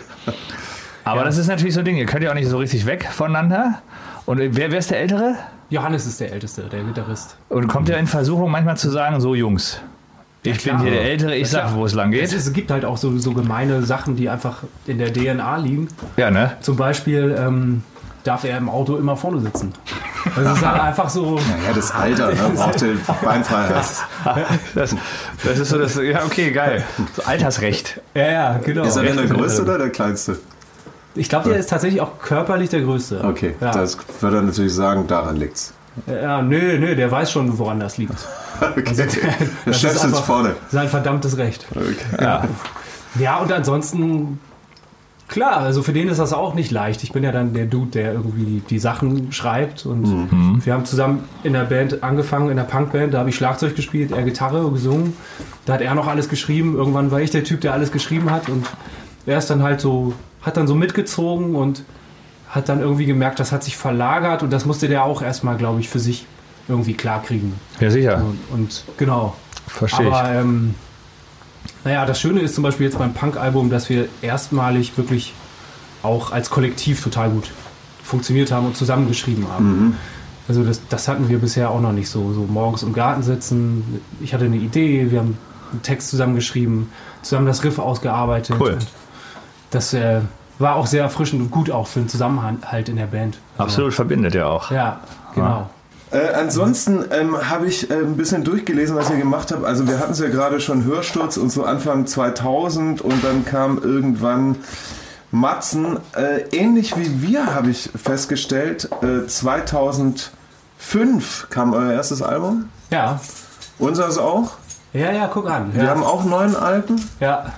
Speaker 2: Aber das ist natürlich so ein Ding, ihr könnt ja auch nicht so richtig weg voneinander. Und wer, wer ist der Ältere?
Speaker 4: Johannes ist der Älteste, der Gitarrist.
Speaker 2: Und kommt ja in Versuchung manchmal zu sagen, so Jungs, ich
Speaker 4: klar.
Speaker 2: bin hier der Ältere, ich sag, wo es lang
Speaker 4: Es,
Speaker 2: geht.
Speaker 4: es gibt halt auch so, so gemeine Sachen, die einfach in der DNA liegen.
Speaker 2: Ja, ne?
Speaker 4: Zum Beispiel ähm, darf er im Auto immer vorne sitzen. Also es ist halt einfach so.
Speaker 3: Ja, das Alter, ne? braucht die Beinfreiheit.
Speaker 2: Das, das ist so das, ja, okay, geil. So Altersrecht.
Speaker 4: Ja, ja, genau.
Speaker 3: Ist er denn der
Speaker 2: Recht.
Speaker 3: größte oder der kleinste?
Speaker 4: Ich glaube, der ist tatsächlich auch körperlich der Größte.
Speaker 3: Okay,
Speaker 4: Ja,
Speaker 3: das würde er natürlich sagen, daran liegt's.
Speaker 4: ja nö, nö, der weiß schon, woran das liegt.
Speaker 3: Okay. der
Speaker 4: Das
Speaker 3: Chef
Speaker 4: ist
Speaker 3: sitzt
Speaker 4: einfach
Speaker 3: vorne.
Speaker 4: Sein verdammtes Recht. Ja, und ansonsten, klar, also für den ist das auch nicht leicht. Ich bin ja dann der Dude, der irgendwie die, die Sachen schreibt. Und wir haben zusammen in der Band angefangen, in der Punkband. Da habe ich Schlagzeug gespielt, er Gitarre gesungen. Da hat er noch alles geschrieben. Irgendwann war ich der Typ, der alles geschrieben hat. Und er ist dann halt so, hat dann so mitgezogen und hat dann irgendwie gemerkt, das hat sich verlagert. Und das musste der auch erstmal, glaube ich, für sich irgendwie klarkriegen.
Speaker 2: Ja, sicher.
Speaker 4: Und, und genau.
Speaker 2: Verstehe ich.
Speaker 4: Aber ähm, naja, das Schöne ist zum Beispiel jetzt beim Punk-Album, dass wir erstmalig wirklich auch als Kollektiv total gut funktioniert haben und zusammengeschrieben haben. Also das, das hatten wir bisher auch noch nicht so. So morgens im Garten sitzen, ich hatte eine Idee, wir haben einen Text zusammengeschrieben, zusammen das Riff ausgearbeitet.
Speaker 2: Cool.
Speaker 4: Und Das äh, war auch sehr erfrischend und gut auch für den Zusammenhalt in der Band. Also,
Speaker 2: Absolut verbindet ja auch.
Speaker 4: Ja, genau.
Speaker 3: Äh, ansonsten ähm, habe ich äh, ein bisschen durchgelesen, was ihr gemacht habt. Also wir hatten es ja gerade schon Hörsturz und so Anfang 2000 und dann kam irgendwann Matzen. Äh, ähnlich wie wir habe ich festgestellt, äh, 2005 kam euer erstes Album.
Speaker 4: Ja.
Speaker 3: Unseres auch.
Speaker 4: Ja, ja, guck an.
Speaker 3: Wir
Speaker 4: ja.
Speaker 3: haben auch neun Alben.
Speaker 4: Ja.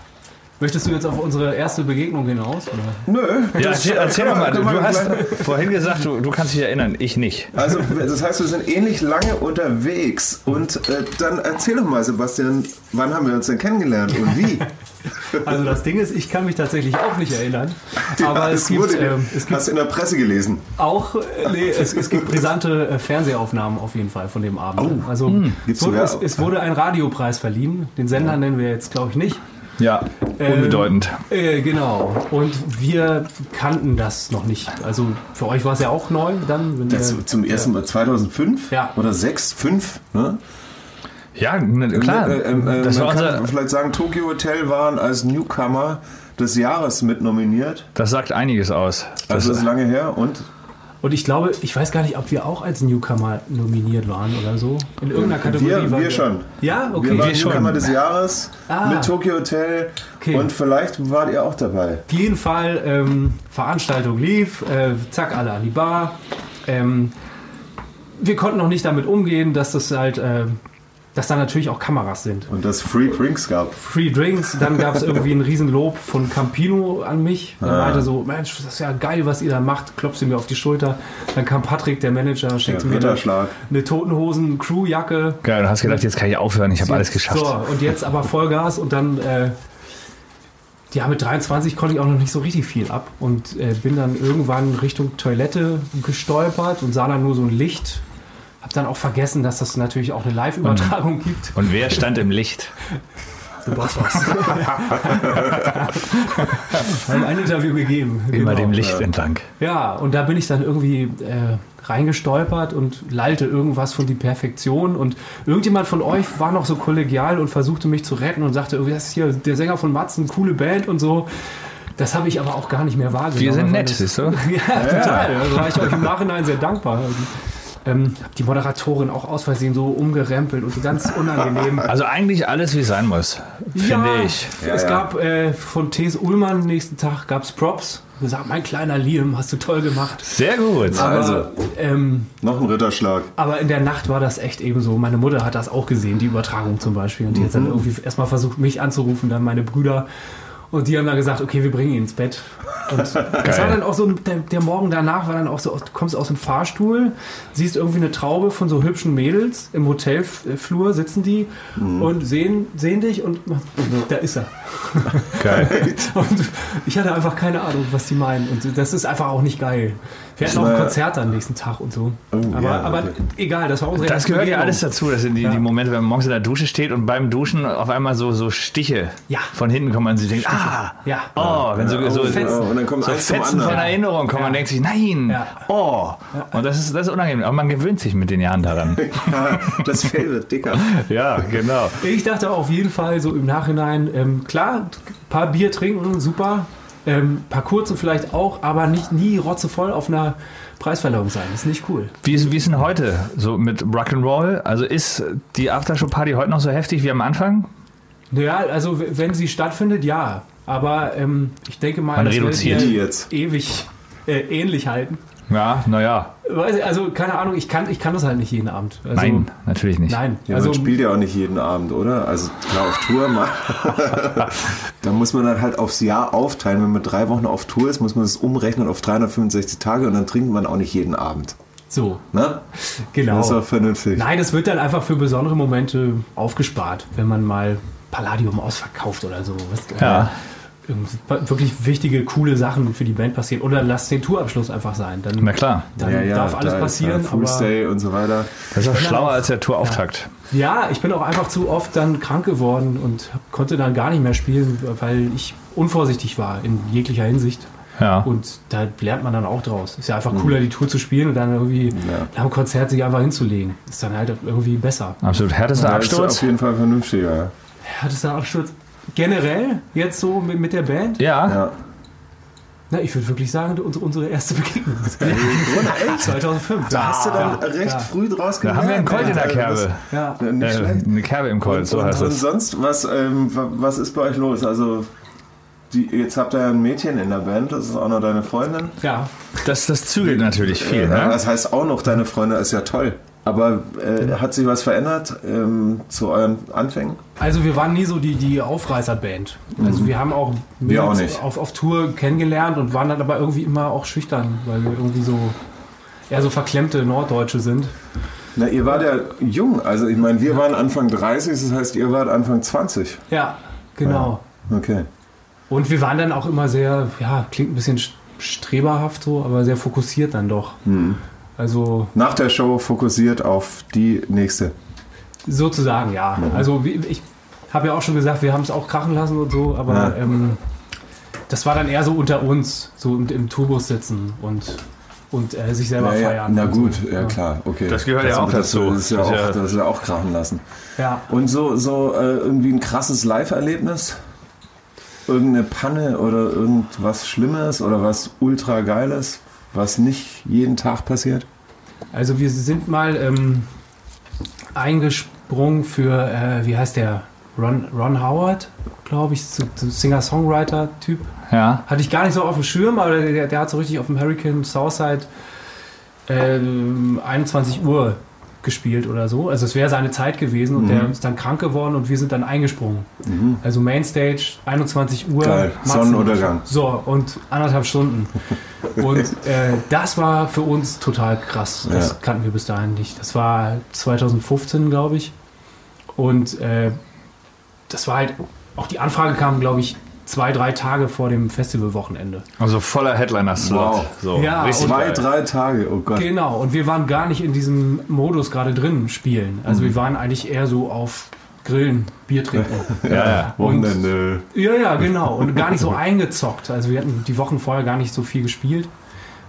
Speaker 4: Möchtest du jetzt auf unsere erste Begegnung hinaus? Oder?
Speaker 3: Nö.
Speaker 2: Ja, erzähl, erzähl doch mal, du,
Speaker 3: Können wir
Speaker 2: du hast
Speaker 3: gleich-
Speaker 2: vorhin gesagt, du, du kannst dich erinnern, ich nicht.
Speaker 3: Also, das heißt, wir sind ähnlich lange unterwegs. Und äh, dann erzähl doch mal, Sebastian, wann haben wir uns denn kennengelernt und wie?
Speaker 4: Also das Ding ist, ich kann mich tatsächlich auch nicht erinnern. Aber
Speaker 3: Ja,
Speaker 4: es, gibt,
Speaker 3: wurde-
Speaker 4: ähm,
Speaker 3: hast
Speaker 4: es gibt
Speaker 3: du in der Presse gelesen.
Speaker 4: auch, äh, nee, es, es gibt brisante äh, Fernsehaufnahmen auf jeden Fall von dem Abend. also
Speaker 3: Oh, hm, Gibt's
Speaker 4: es, wurde,
Speaker 3: sogar-
Speaker 4: es, es wurde ein Radiopreis verliehen. Den Sender nennen wir jetzt, glaube ich, nicht.
Speaker 2: Ja, Ähm, unbedeutend.
Speaker 4: Äh, genau. Und wir kannten das noch nicht. Also für euch war es ja auch neu dann. Wenn
Speaker 3: Das,
Speaker 4: ihr,
Speaker 3: zum ersten Mal 2005
Speaker 4: Äh, Ja.
Speaker 3: oder 6, 5, ne?
Speaker 2: Ja, na, klar.
Speaker 3: Äh, äh, äh,
Speaker 2: das war
Speaker 3: man kann
Speaker 2: unser,
Speaker 3: vielleicht sagen, Tokyo Hotel waren als Newcomer des Jahres mit nominiert.
Speaker 2: Das sagt einiges aus. Das
Speaker 3: Also ist lange her und
Speaker 4: Und ich glaube, ich weiß gar nicht, ob wir auch als Newcomer nominiert waren oder so. In irgendeiner Kategorie
Speaker 3: wir,
Speaker 4: waren
Speaker 3: wir schon.
Speaker 4: Ja, okay.
Speaker 3: Wir waren
Speaker 2: Wir schon.
Speaker 3: Newcomer des Jahres
Speaker 4: Ah.
Speaker 3: mit Tokyo Hotel
Speaker 4: Okay.
Speaker 3: und vielleicht wart ihr auch dabei.
Speaker 4: Auf jeden Fall, ähm, Veranstaltung lief, äh, zack, alle an die Bar. Ähm, wir konnten noch nicht damit umgehen, dass das halt, äh, dass da natürlich auch Kameras sind.
Speaker 3: Und dass Free Drinks gab.
Speaker 4: Free Drinks, dann gab es irgendwie ein Riesenlob von Campino an mich. Der
Speaker 3: Ah.
Speaker 4: meinte so, Mensch, das ist ja geil, was ihr da macht, klopfst du mir auf die Schulter. Dann kam Patrick, der Manager, schickte mir eine,
Speaker 3: Ritterschlag.
Speaker 4: eine Totenhosen-Crewjacke.
Speaker 2: Geil, du hast gedacht, jetzt kann ich aufhören, ich habe alles geschafft.
Speaker 4: So, und jetzt aber Vollgas und dann, äh, ja, mit 23 konnte ich auch noch nicht so richtig viel ab und äh, bin dann irgendwann Richtung Toilette gestolpert und sah dann nur so ein Licht. Hab dann auch vergessen, dass das natürlich auch eine Live-Übertragung gibt.
Speaker 2: Und wer stand im Licht?
Speaker 4: Haben ein Interview gegeben.
Speaker 2: Immer
Speaker 4: Genau.
Speaker 2: dem Licht entlang.
Speaker 4: Ja, und da bin ich dann irgendwie äh, reingestolpert und lallte irgendwas von die Perfektion. Und irgendjemand von euch war noch so kollegial und versuchte mich zu retten und sagte, irgendwie, das ist hier der Sänger von Matzen, coole Band und so. Das habe ich aber auch gar nicht mehr wahrgenommen.
Speaker 2: Wir sind nett,
Speaker 4: Das-
Speaker 2: siehst du?
Speaker 4: Ja, total. Da war ich euch im Nachhinein sehr dankbar. Ähm, hab die Moderatorin auch aus Versehen so umgerempelt und so ganz unangenehm.
Speaker 2: Also eigentlich alles, wie es sein muss, finde
Speaker 4: Ja,
Speaker 2: ich.
Speaker 4: Es
Speaker 3: ja.
Speaker 4: gab äh, von T.S. Ullmann nächsten Tag gab's Props. Gesagt, mein kleiner Liam, hast du toll gemacht.
Speaker 2: Sehr gut.
Speaker 4: Aber,
Speaker 3: Also.
Speaker 4: ähm,
Speaker 3: Noch ein Ritterschlag.
Speaker 4: aber in der Nacht war das echt eben so. Meine Mutter hat das auch gesehen, die Übertragung zum Beispiel. Und die hat dann irgendwie erstmal versucht, mich anzurufen, dann meine Brüder. Und die haben dann gesagt, okay, wir bringen ihn ins Bett. Und das war dann auch so, der, der Morgen danach war dann auch so, du kommst aus dem Fahrstuhl, siehst irgendwie eine Traube von so hübschen Mädels im Hotelflur sitzen die und sehen, sehen dich und da ist er.
Speaker 2: Geil.
Speaker 4: Und ich hatte einfach keine Ahnung, was die meinen. Und das ist einfach auch nicht geil. Wir hatten auch ein
Speaker 3: war- Oh,
Speaker 4: Konzert am nächsten Tag und so. aber
Speaker 3: ja,
Speaker 4: aber
Speaker 3: okay.
Speaker 4: egal, das genau. war unsere
Speaker 2: Das
Speaker 4: erste
Speaker 2: gehört ja
Speaker 4: Begegnung.
Speaker 2: alles dazu. Das sind die, die Momente, wenn man morgens in der Dusche steht und beim Duschen auf einmal so, so Stiche
Speaker 4: Ja.
Speaker 2: von hinten kommen und sich denkt, ah,
Speaker 4: Ja.
Speaker 2: oh, wenn so, so,
Speaker 4: Fetzen.
Speaker 3: und dann kommt
Speaker 2: so
Speaker 3: eins zum
Speaker 2: Fetzen von
Speaker 3: anderen.
Speaker 2: Erinnerung kommen, man denkt sich, nein,
Speaker 4: Ja.
Speaker 2: oh. Und das ist, das ist unangenehm, aber man gewöhnt sich mit den Jahren daran.
Speaker 3: Das Fell wird dicker.
Speaker 2: ja, genau.
Speaker 4: Ich dachte auf jeden Fall so im Nachhinein, ähm, klar, ein paar Bier trinken, super. Ähm, paar kurze vielleicht auch, aber nicht nie rotzevoll auf einer Preisverleihung sein. Ist nicht cool.
Speaker 2: Wie ist, wie ist denn heute so mit Rock'n'Roll? Also ist die Aftershow-Party heute noch so heftig wie am Anfang?
Speaker 4: Naja, also w- wenn sie stattfindet, ja. Aber ähm, ich denke mal,
Speaker 2: Man
Speaker 4: das wird
Speaker 2: reduziert.
Speaker 4: hier
Speaker 3: Die jetzt.
Speaker 4: ewig äh, ähnlich halten.
Speaker 2: Ja, naja.
Speaker 4: Weiß ich, Also keine Ahnung, ich kann, ich kann das halt nicht jeden Abend. Also,
Speaker 2: Nein, natürlich nicht.
Speaker 4: Nein.
Speaker 3: Ja,
Speaker 4: also
Speaker 3: man spielt ja auch nicht jeden Abend, oder? Also klar, auf Tour mal. da muss man dann halt aufs Jahr aufteilen. Wenn man drei Wochen auf Tour ist, muss man es umrechnen auf 365 Tage und dann trinkt man auch nicht jeden Abend.
Speaker 4: so,
Speaker 3: Ne?
Speaker 4: genau.
Speaker 3: Das ist auch vernünftig.
Speaker 4: Nein, das wird dann einfach für besondere Momente aufgespart, wenn man mal Palladium ausverkauft oder so. Weißt, du?
Speaker 2: Ja.
Speaker 4: Irgendwie Wirklich wichtige, coole Sachen für die Band passieren. Oder lass den Tourabschluss einfach sein. Dann,
Speaker 2: Na klar.
Speaker 4: dann darf alles
Speaker 3: da ist
Speaker 4: passieren.
Speaker 3: dann Food
Speaker 4: aber
Speaker 3: Stay und so weiter.
Speaker 2: Das ist auch schlauer als der Tourauftakt.
Speaker 4: ja, ich bin auch einfach zu oft dann krank geworden und hab- konnte dann gar nicht mehr spielen, weil ich unvorsichtig war in jeglicher Hinsicht.
Speaker 2: Ja.
Speaker 4: Und da lernt man dann auch draus. Ist ja
Speaker 3: Mhm.
Speaker 4: einfach cooler, die Tour zu spielen und dann irgendwie nach dem Konzert sich einfach hinzulegen. Ist dann halt irgendwie besser.
Speaker 2: Absolut. Härtester
Speaker 3: Da ist
Speaker 2: Absturz?
Speaker 3: auf jeden Fall vernünftiger.
Speaker 4: Hattest du einen Absturz generell jetzt so mit, mit der Band?
Speaker 2: Ja.
Speaker 3: Ja.
Speaker 4: Na, ich würde wirklich sagen, uns- unsere erste Begegnung. 2005.
Speaker 3: Da hast du dann
Speaker 4: Ja,
Speaker 3: recht
Speaker 4: ja.
Speaker 3: früh draus
Speaker 2: Ah, Da haben wir einen Colt in der
Speaker 3: Also das-
Speaker 2: Kerbe.
Speaker 4: Ja.
Speaker 3: Ja,
Speaker 2: Äh,
Speaker 3: Nicht schlecht.
Speaker 2: eine Kerbe im Colt, so
Speaker 3: und,
Speaker 2: heißt
Speaker 3: und
Speaker 2: das.
Speaker 3: sonst, was, ähm, wa- was ist bei euch los? Also, die, jetzt habt ihr ja ein Mädchen in der Band, das ist auch noch deine Freundin.
Speaker 4: ja.
Speaker 2: Das, das zügelt natürlich viel,
Speaker 3: Ja,
Speaker 2: ne?
Speaker 3: Das heißt auch noch, deine Freundin ist ja toll. Aber äh, hat sich was verändert ähm, zu euren Anfängen?
Speaker 4: Also wir waren nie so die, die Aufreißerband. Also wir haben auch,
Speaker 3: Mhm. Wir auch
Speaker 4: Mädels
Speaker 3: nicht.
Speaker 4: Auf, auf Tour kennengelernt und waren dann aber irgendwie immer auch schüchtern, weil wir irgendwie so eher so verklemmte Norddeutsche sind.
Speaker 3: Na, ihr wart ja jung. Also, ich meine, wir waren Anfang 30, das heißt, ihr wart Anfang 20.
Speaker 4: Ja, genau.
Speaker 3: Okay.
Speaker 4: Und wir waren dann auch immer sehr, ja, klingt ein bisschen st- streberhaft so, aber sehr fokussiert dann doch.
Speaker 3: Mhm.
Speaker 4: Also
Speaker 3: Nach der Show fokussiert auf die nächste.
Speaker 4: Sozusagen, ja.
Speaker 3: Mhm.
Speaker 4: Also wie- ich habe ja auch schon gesagt, wir haben es auch krachen lassen und so, aber
Speaker 3: Ja.
Speaker 4: ähm, das war dann eher so unter uns, so im, im Tourbus sitzen und, und äh, sich selber
Speaker 3: Ja, ja,
Speaker 4: feiern.
Speaker 3: na
Speaker 4: und
Speaker 3: gut,
Speaker 4: so.
Speaker 3: ja klar, okay.
Speaker 2: Das gehört ja auch dazu.
Speaker 3: Das ist ja,
Speaker 2: Das ist
Speaker 3: auch,
Speaker 2: ja-
Speaker 3: das ist ja auch krachen lassen.
Speaker 4: Ja.
Speaker 3: Und so, so äh, irgendwie ein krasses Live-Erlebnis? irgendeine Panne oder irgendwas Schlimmes oder was ultra geiles, was nicht jeden Tag passiert?
Speaker 4: Also wir sind mal ähm, eingesprungen für, äh, wie heißt der, Ron, Ron Howard, glaube ich, so, so Singer-Songwriter-Typ.
Speaker 2: Ja.
Speaker 4: Hatte ich gar nicht so auf dem Schirm, aber der, der hat so richtig auf dem Hurricane Southside ähm, 21 Uhr gespielt oder so. Also es wäre seine Zeit gewesen und der ist dann krank geworden und wir sind dann eingesprungen. Also Mainstage, 21 Uhr.
Speaker 3: Geil.
Speaker 4: Matzen.
Speaker 3: Sonnenuntergang.
Speaker 4: So, und anderthalb Stunden. und äh, das war für uns total krass. Das
Speaker 3: Ja.
Speaker 4: kannten wir bis dahin nicht. Das war 2015, glaube ich. Und äh, das war halt, auch die Anfrage kam, glaube ich, zwei, drei Tage vor dem Festivalwochenende.
Speaker 2: Also voller Headliner-Slot.
Speaker 3: Wow.
Speaker 2: So,
Speaker 4: Ja,
Speaker 2: richtig
Speaker 3: Zwei,
Speaker 2: geil.
Speaker 3: drei Tage, oh Gott.
Speaker 4: Genau, und wir waren gar nicht in diesem Modus gerade drin spielen. Also wir waren eigentlich eher so auf Grillen, Bier trinken.
Speaker 2: Ja, ja.
Speaker 3: Wochenende.
Speaker 4: ja, ja, genau. Und gar nicht so eingezockt. Also wir hatten die Wochen vorher gar nicht so viel gespielt.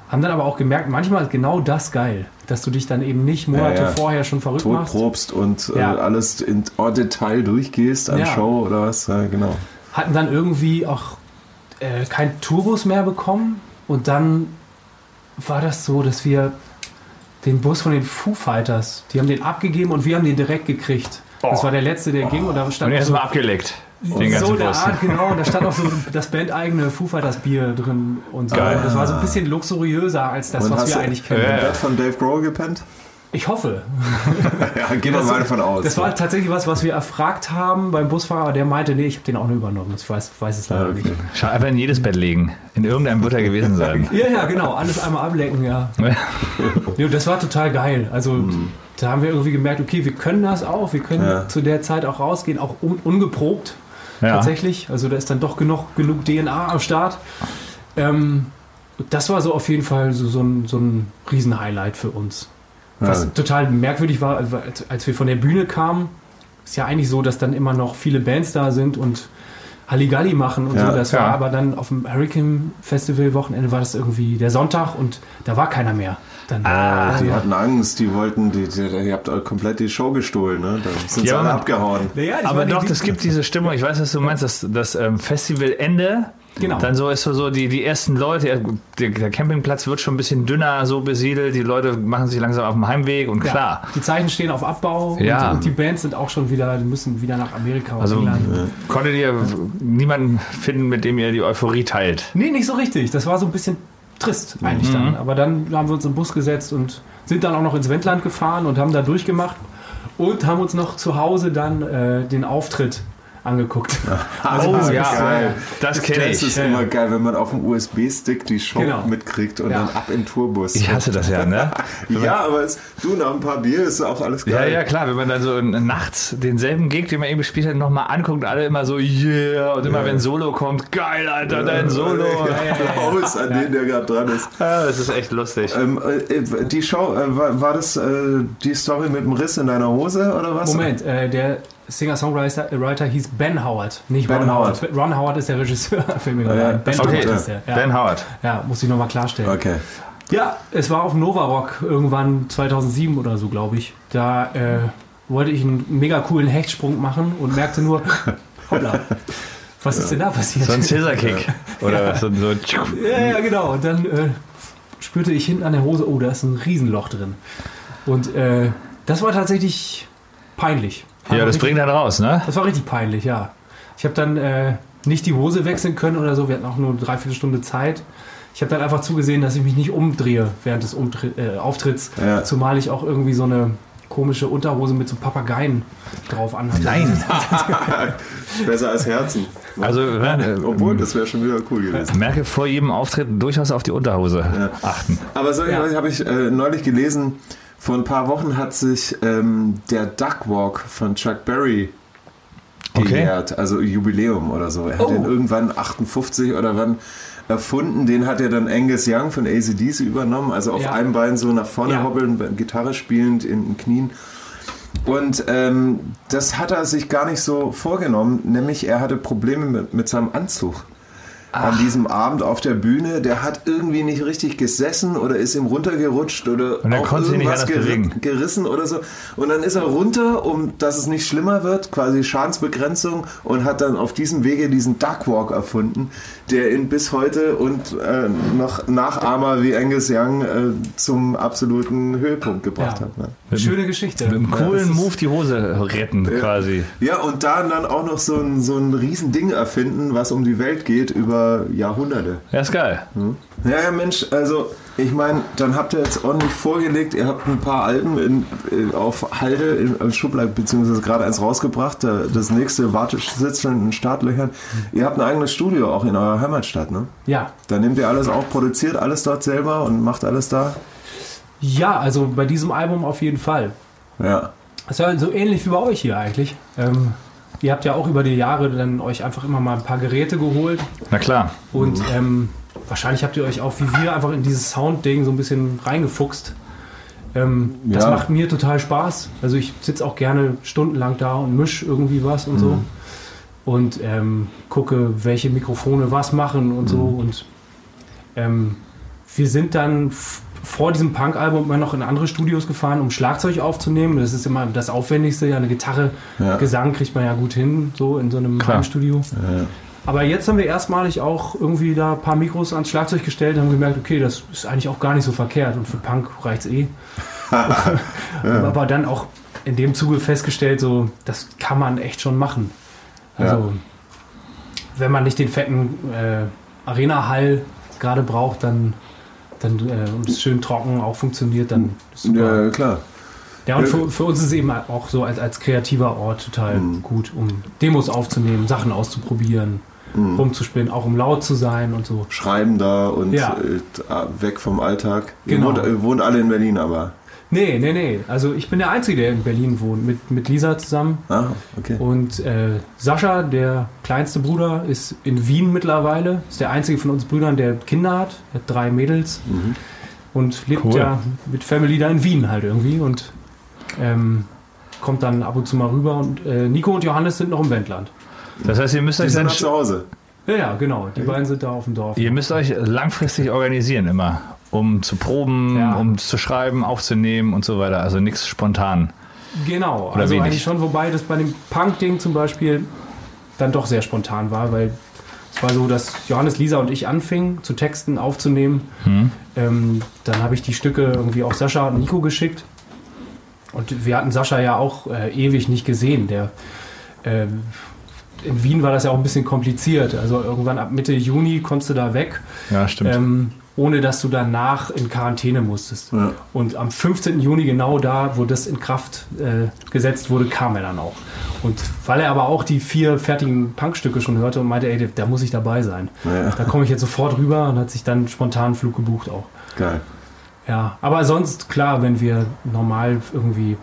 Speaker 4: Haben dann aber auch gemerkt, manchmal ist genau das geil, dass du dich dann eben nicht Monate
Speaker 3: Ja, ja.
Speaker 4: vorher schon verrückt machst.
Speaker 3: Todprobst und äh,
Speaker 4: Ja.
Speaker 3: alles in oh, Detail durchgehst an
Speaker 4: Ja.
Speaker 3: Show oder was, ja, genau.
Speaker 4: hatten dann irgendwie auch äh, kein Tourbus mehr bekommen und dann war das so, dass wir den Bus von den Foo Fighters, die haben den abgegeben und wir haben den direkt gekriegt. Das war der letzte, der ging und da
Speaker 2: Und
Speaker 4: stand noch
Speaker 2: erstmal
Speaker 4: so,
Speaker 2: abgeleckt. Den ganzen
Speaker 4: so der
Speaker 2: Bus.
Speaker 4: Art, genau, und da stand auch so das bandeigene Foo Fighters Bier drin und so.
Speaker 2: Geil.
Speaker 4: Das war so ein bisschen luxuriöser als das,
Speaker 3: Und
Speaker 4: was
Speaker 3: hast
Speaker 4: wir
Speaker 3: du-
Speaker 4: eigentlich kennen.
Speaker 2: Ja.
Speaker 3: Bett von Dave Grohl gepennt?
Speaker 4: Ich hoffe.
Speaker 3: Ja, gehen wir mal davon aus.
Speaker 4: Das war tatsächlich was, was wir erfragt haben beim Busfahrer, der meinte, nee, ich habe den auch nur übernommen. Ich weiß, weiß es leider
Speaker 3: Ja, Ah, okay.
Speaker 4: nicht.
Speaker 2: Schau, einfach in jedes Bett legen. In irgendeinem wird er gewesen sein.
Speaker 4: Ja, ja, genau. Alles einmal ablecken, ja.
Speaker 2: Ja.
Speaker 4: Nee, und das war total geil. Also da haben wir irgendwie gemerkt, okay, wir können das auch. Wir können
Speaker 3: Mhm. Ja.
Speaker 4: zu der Zeit auch rausgehen, auch un ungeprobt tatsächlich. Also da ist dann doch genug, genug DNA am Start. Ähm, und das war so auf jeden Fall so, so ein, so ein Riesenhighlight für uns. Was
Speaker 3: Ja.
Speaker 4: total merkwürdig war, als, als wir von der Bühne kamen, ist ja eigentlich so, dass dann immer noch viele Bands da sind und Halligalli machen und
Speaker 3: Ja,
Speaker 4: so. Das
Speaker 2: ja.
Speaker 4: war aber dann auf dem Hurricane Festival Wochenende war das irgendwie der Sonntag und da war keiner mehr. Dann
Speaker 2: Ah,
Speaker 3: Die
Speaker 4: ja.
Speaker 3: hatten Angst, die wollten, die, die, ihr habt komplett die Show gestohlen, ne? Da sind
Speaker 2: Ja,
Speaker 3: sie alle
Speaker 2: Mann.
Speaker 3: abgehauen.
Speaker 4: Naja, ich
Speaker 2: Aber
Speaker 4: meine,
Speaker 2: doch,
Speaker 4: die-
Speaker 2: es gibt diese Stimmung, ich weiß, was du meinst, das, das ähm, Festivalende.
Speaker 4: Genau.
Speaker 2: Dann so ist so, so die, die ersten Leute, ja, gut, der, der Campingplatz wird schon ein bisschen dünner so besiedelt, die Leute machen sich langsam auf dem Heimweg und
Speaker 4: ja,
Speaker 2: klar.
Speaker 4: Die Zeichen stehen auf Abbau
Speaker 2: Ja.
Speaker 4: und, und die Bands sind auch schon wieder, die müssen wieder nach Amerika und
Speaker 2: Also
Speaker 4: England.
Speaker 2: konntet ihr niemanden finden, mit dem ihr die Euphorie teilt.
Speaker 4: Nee, nicht so richtig. Das war so ein bisschen trist eigentlich
Speaker 3: Mhm.
Speaker 4: dann. Aber dann haben wir uns im Bus gesetzt und sind dann auch noch ins Wendland gefahren und haben da durchgemacht und haben uns noch zu Hause dann äh, den Auftritt angeguckt.
Speaker 2: Oh,
Speaker 4: das
Speaker 2: ja.
Speaker 4: ist,
Speaker 3: Also, geil.
Speaker 2: Das kenne
Speaker 3: Das ist
Speaker 2: ich.
Speaker 3: immer geil, wenn man auf dem USB-Stick die Show
Speaker 4: Genau.
Speaker 3: mitkriegt und
Speaker 4: Ja.
Speaker 3: dann ab in den Tourbus.
Speaker 2: Ich hasse das ja, ne?
Speaker 3: ja, aber es, du, nach ein paar Bier ist auch alles
Speaker 2: Ja,
Speaker 3: geil.
Speaker 2: ja, klar, wenn man dann so nachts denselben Gig, den man eben gespielt hat, nochmal anguckt, alle immer so, yeah, und immer wenn Solo kommt, geil, Alter, dein Solo.
Speaker 3: Ja, Applaus Äh, an den, der gerade dran ist.
Speaker 2: Ja, das ist echt lustig.
Speaker 3: Ähm, äh, die Show, äh, war, war das äh, die Story mit dem Riss in deiner Hose oder was?
Speaker 4: Moment, äh, der Singer-Songwriter äh, Writer hieß Ben Howard, nicht
Speaker 3: Ben
Speaker 4: Ron Howard.
Speaker 3: Howard.
Speaker 4: Ron Howard ist der Regisseur. Fällt mir gerade
Speaker 3: Ja,
Speaker 4: ein. ben
Speaker 3: das
Speaker 2: Okay,
Speaker 4: Howard
Speaker 3: stimmt,
Speaker 4: ist der. Ja,
Speaker 2: Ben Howard.
Speaker 4: ja muss ich nochmal klarstellen.
Speaker 3: Okay.
Speaker 4: Ja, es war auf Nova Rock irgendwann 2007 oder so, glaube ich. Da äh, wollte ich einen mega coolen Hechtsprung machen und merkte nur, hoppla, was ist denn da passiert?
Speaker 2: So ein Scissor-Kick. Oder so ein. So ein
Speaker 4: ja, ja, genau. Und dann äh, spürte ich hinten an der Hose, oh, da ist ein Riesenloch drin. Und äh, das war tatsächlich peinlich.
Speaker 2: ja, das
Speaker 4: richtig,
Speaker 2: bringt dann raus, ne?
Speaker 4: das war richtig peinlich, ja. Ich habe dann äh, nicht die Hose wechseln können oder so. Wir hatten auch nur dreiviertel Stunde Zeit. Ich habe dann einfach zugesehen, dass ich mich nicht umdrehe während des Umtri äh, Auftritts.
Speaker 3: Ja.
Speaker 4: Zumal ich auch irgendwie so eine komische Unterhose mit so Papageien drauf anhatte.
Speaker 2: Nein.
Speaker 3: Besser als Herzen.
Speaker 2: Also, äh,
Speaker 3: Obwohl, das wäre schon wieder cool gewesen.
Speaker 2: merke vor jedem Auftritt durchaus auf die Unterhose.
Speaker 3: äh, Aber solche
Speaker 4: Ja.
Speaker 3: habe ich äh, neulich gelesen. Vor ein paar Wochen hat sich ähm, der Duck Walk von Chuck Berry
Speaker 2: Okay.
Speaker 3: gejährt, also Jubiläum oder so. Er hat
Speaker 4: Oh.
Speaker 3: den irgendwann 58 oder wann erfunden. Den hat er dann Angus Young von ACDs übernommen, also auf
Speaker 4: Ja.
Speaker 3: einem Bein so nach vorne
Speaker 4: Ja.
Speaker 3: hoppeln, Gitarre spielend in den Knien. Und ähm, das hat er sich gar nicht so vorgenommen, nämlich er hatte Probleme mit, mit seinem Anzug. an diesem Abend auf der Bühne, der hat irgendwie nicht richtig gesessen oder ist ihm runtergerutscht oder
Speaker 2: Und er konnte sich nicht anders bewegen.
Speaker 3: gerissen oder so. Und dann ist er runter, um dass es nicht schlimmer wird, quasi Schadensbegrenzung und hat dann auf diesem Wege diesen Duckwalk erfunden, der ihn bis heute und äh, noch Nachahmer wie Angus Young äh, zum absoluten Höhepunkt gebracht
Speaker 4: Ja.
Speaker 3: hat. Ne?
Speaker 4: Schöne Geschichte.
Speaker 2: Mit einem
Speaker 3: das
Speaker 2: coolen
Speaker 3: ist-
Speaker 2: Move die Hose retten, quasi.
Speaker 3: Ja, und da dann auch noch so ein, so ein Riesending erfinden, was um die Welt geht über Jahrhunderte.
Speaker 2: Ja, ist geil.
Speaker 3: Ja, ja, Mensch, also ich meine, dann habt ihr jetzt ordentlich vorgelegt, ihr habt ein paar Alben in, äh, auf Halde in, als Schublade, beziehungsweise gerade eins rausgebracht, da, das nächste wartet, sitzt schon in den Startlöchern. Ihr habt ein eigenes Studio auch in eurer Heimatstadt, ne?
Speaker 4: Ja.
Speaker 3: Da nehmt ihr alles auch, produziert alles dort selber und macht alles da.
Speaker 4: ja, also bei diesem Album auf jeden Fall.
Speaker 3: Ja.
Speaker 4: Das ist ja so ähnlich wie bei euch hier eigentlich. Ähm, ihr habt ja auch über die Jahre dann euch einfach immer mal ein paar Geräte geholt
Speaker 2: Na klar.
Speaker 4: und
Speaker 3: Mhm.
Speaker 4: ähm, wahrscheinlich habt ihr euch auch wie wir einfach in dieses Sound-Ding so ein bisschen reingefuchst. Ähm, Das
Speaker 3: Ja.
Speaker 4: macht mir total Spaß. Also ich sitze auch gerne stundenlang da und misch irgendwie was und
Speaker 3: Mhm.
Speaker 4: so. Und ähm, gucke, welche Mikrofone was machen und so.
Speaker 3: Mhm.
Speaker 4: Und ähm, wir sind dann f- vor diesem Punk-Album immer noch in andere Studios gefahren, um Schlagzeug aufzunehmen. Das ist immer das Aufwendigste. Ja, eine Gitarre,
Speaker 3: Ja.
Speaker 4: Gesang kriegt man ja gut hin, so in so einem
Speaker 2: Klar.
Speaker 4: Heimstudio. Aber jetzt haben wir erstmalig auch irgendwie da ein paar Mikros ans Schlagzeug gestellt und haben gemerkt, okay, das ist eigentlich auch gar nicht so verkehrt und für Punk reicht's eh. Aber dann auch in dem Zuge festgestellt, so, das kann man echt schon machen. Also,
Speaker 3: Ja.
Speaker 4: wenn man nicht den fetten äh, Arena-Hall gerade braucht, dann, dann äh, und es schön trocken auch funktioniert, dann ist super.
Speaker 3: Ja, klar.
Speaker 4: Ja, und für, für uns ist es eben auch so als, als kreativer Ort total
Speaker 3: Mhm.
Speaker 4: gut, um Demos aufzunehmen, Sachen auszuprobieren,
Speaker 3: Hm?
Speaker 4: rumzuspielen, auch um laut zu sein und so.
Speaker 3: Mhm. Schreiben da und
Speaker 4: Ja.
Speaker 3: äh, weg vom Alltag.
Speaker 4: Genau.
Speaker 3: Ihr wohnt, ihr wohnt alle in Berlin, aber.
Speaker 4: Nee, nee, nee. Also ich bin der Einzige, der in Berlin wohnt, mit, mit Lisa zusammen.
Speaker 3: Ah, okay.
Speaker 4: Und äh, Sascha, der kleinste Bruder, ist in Wien mittlerweile. Ist der einzige von uns Brüdern, der Kinder hat. Er hat drei Mädels.
Speaker 3: Mhm.
Speaker 4: Und lebt
Speaker 2: Cool.
Speaker 4: ja mit Family da in Wien halt irgendwie. Und ähm, kommt dann ab und zu mal rüber. Und äh, Nico und Johannes sind noch im Wendland.
Speaker 2: Das heißt, ihr müsst
Speaker 3: Die
Speaker 2: euch,
Speaker 3: sind
Speaker 2: dann,
Speaker 3: noch zu Hause.
Speaker 4: Ja, ja, genau. Die beiden sind da auf dem Dorf.
Speaker 2: ihr müsst euch langfristig organisieren immer. Um zu proben,
Speaker 4: Ja.
Speaker 2: um zu schreiben, aufzunehmen und so weiter. Also nichts spontan.
Speaker 4: Genau,
Speaker 2: Oder
Speaker 4: also
Speaker 2: wenig.
Speaker 4: eigentlich schon, wobei das bei dem Punk-Ding zum Beispiel dann doch sehr spontan war, weil es war so, dass Johannes, Lisa und ich anfingen zu Texten aufzunehmen.
Speaker 2: Hm.
Speaker 4: Ähm, dann habe ich die Stücke irgendwie auch Sascha und Nico geschickt. Und wir hatten Sascha ja auch äh, ewig nicht gesehen. Der, ähm, in Wien war das ja auch ein bisschen kompliziert. Also irgendwann ab Mitte Juni konntest du da weg
Speaker 2: Ja, stimmt.
Speaker 4: ähm, ohne dass du danach in Quarantäne musstest.
Speaker 3: Ja.
Speaker 4: Und am 15. Juni, genau da, wo das in Kraft äh, gesetzt wurde, kam er dann auch. Und weil er aber auch die vier fertigen Punkstücke schon hörte und meinte, ey, da muss ich dabei sein.
Speaker 3: Ja.
Speaker 4: Da komme ich jetzt sofort rüber und hat sich dann spontan einen Flug gebucht auch.
Speaker 3: Geil.
Speaker 4: Ja, aber sonst, klar, wenn wir normal irgendwie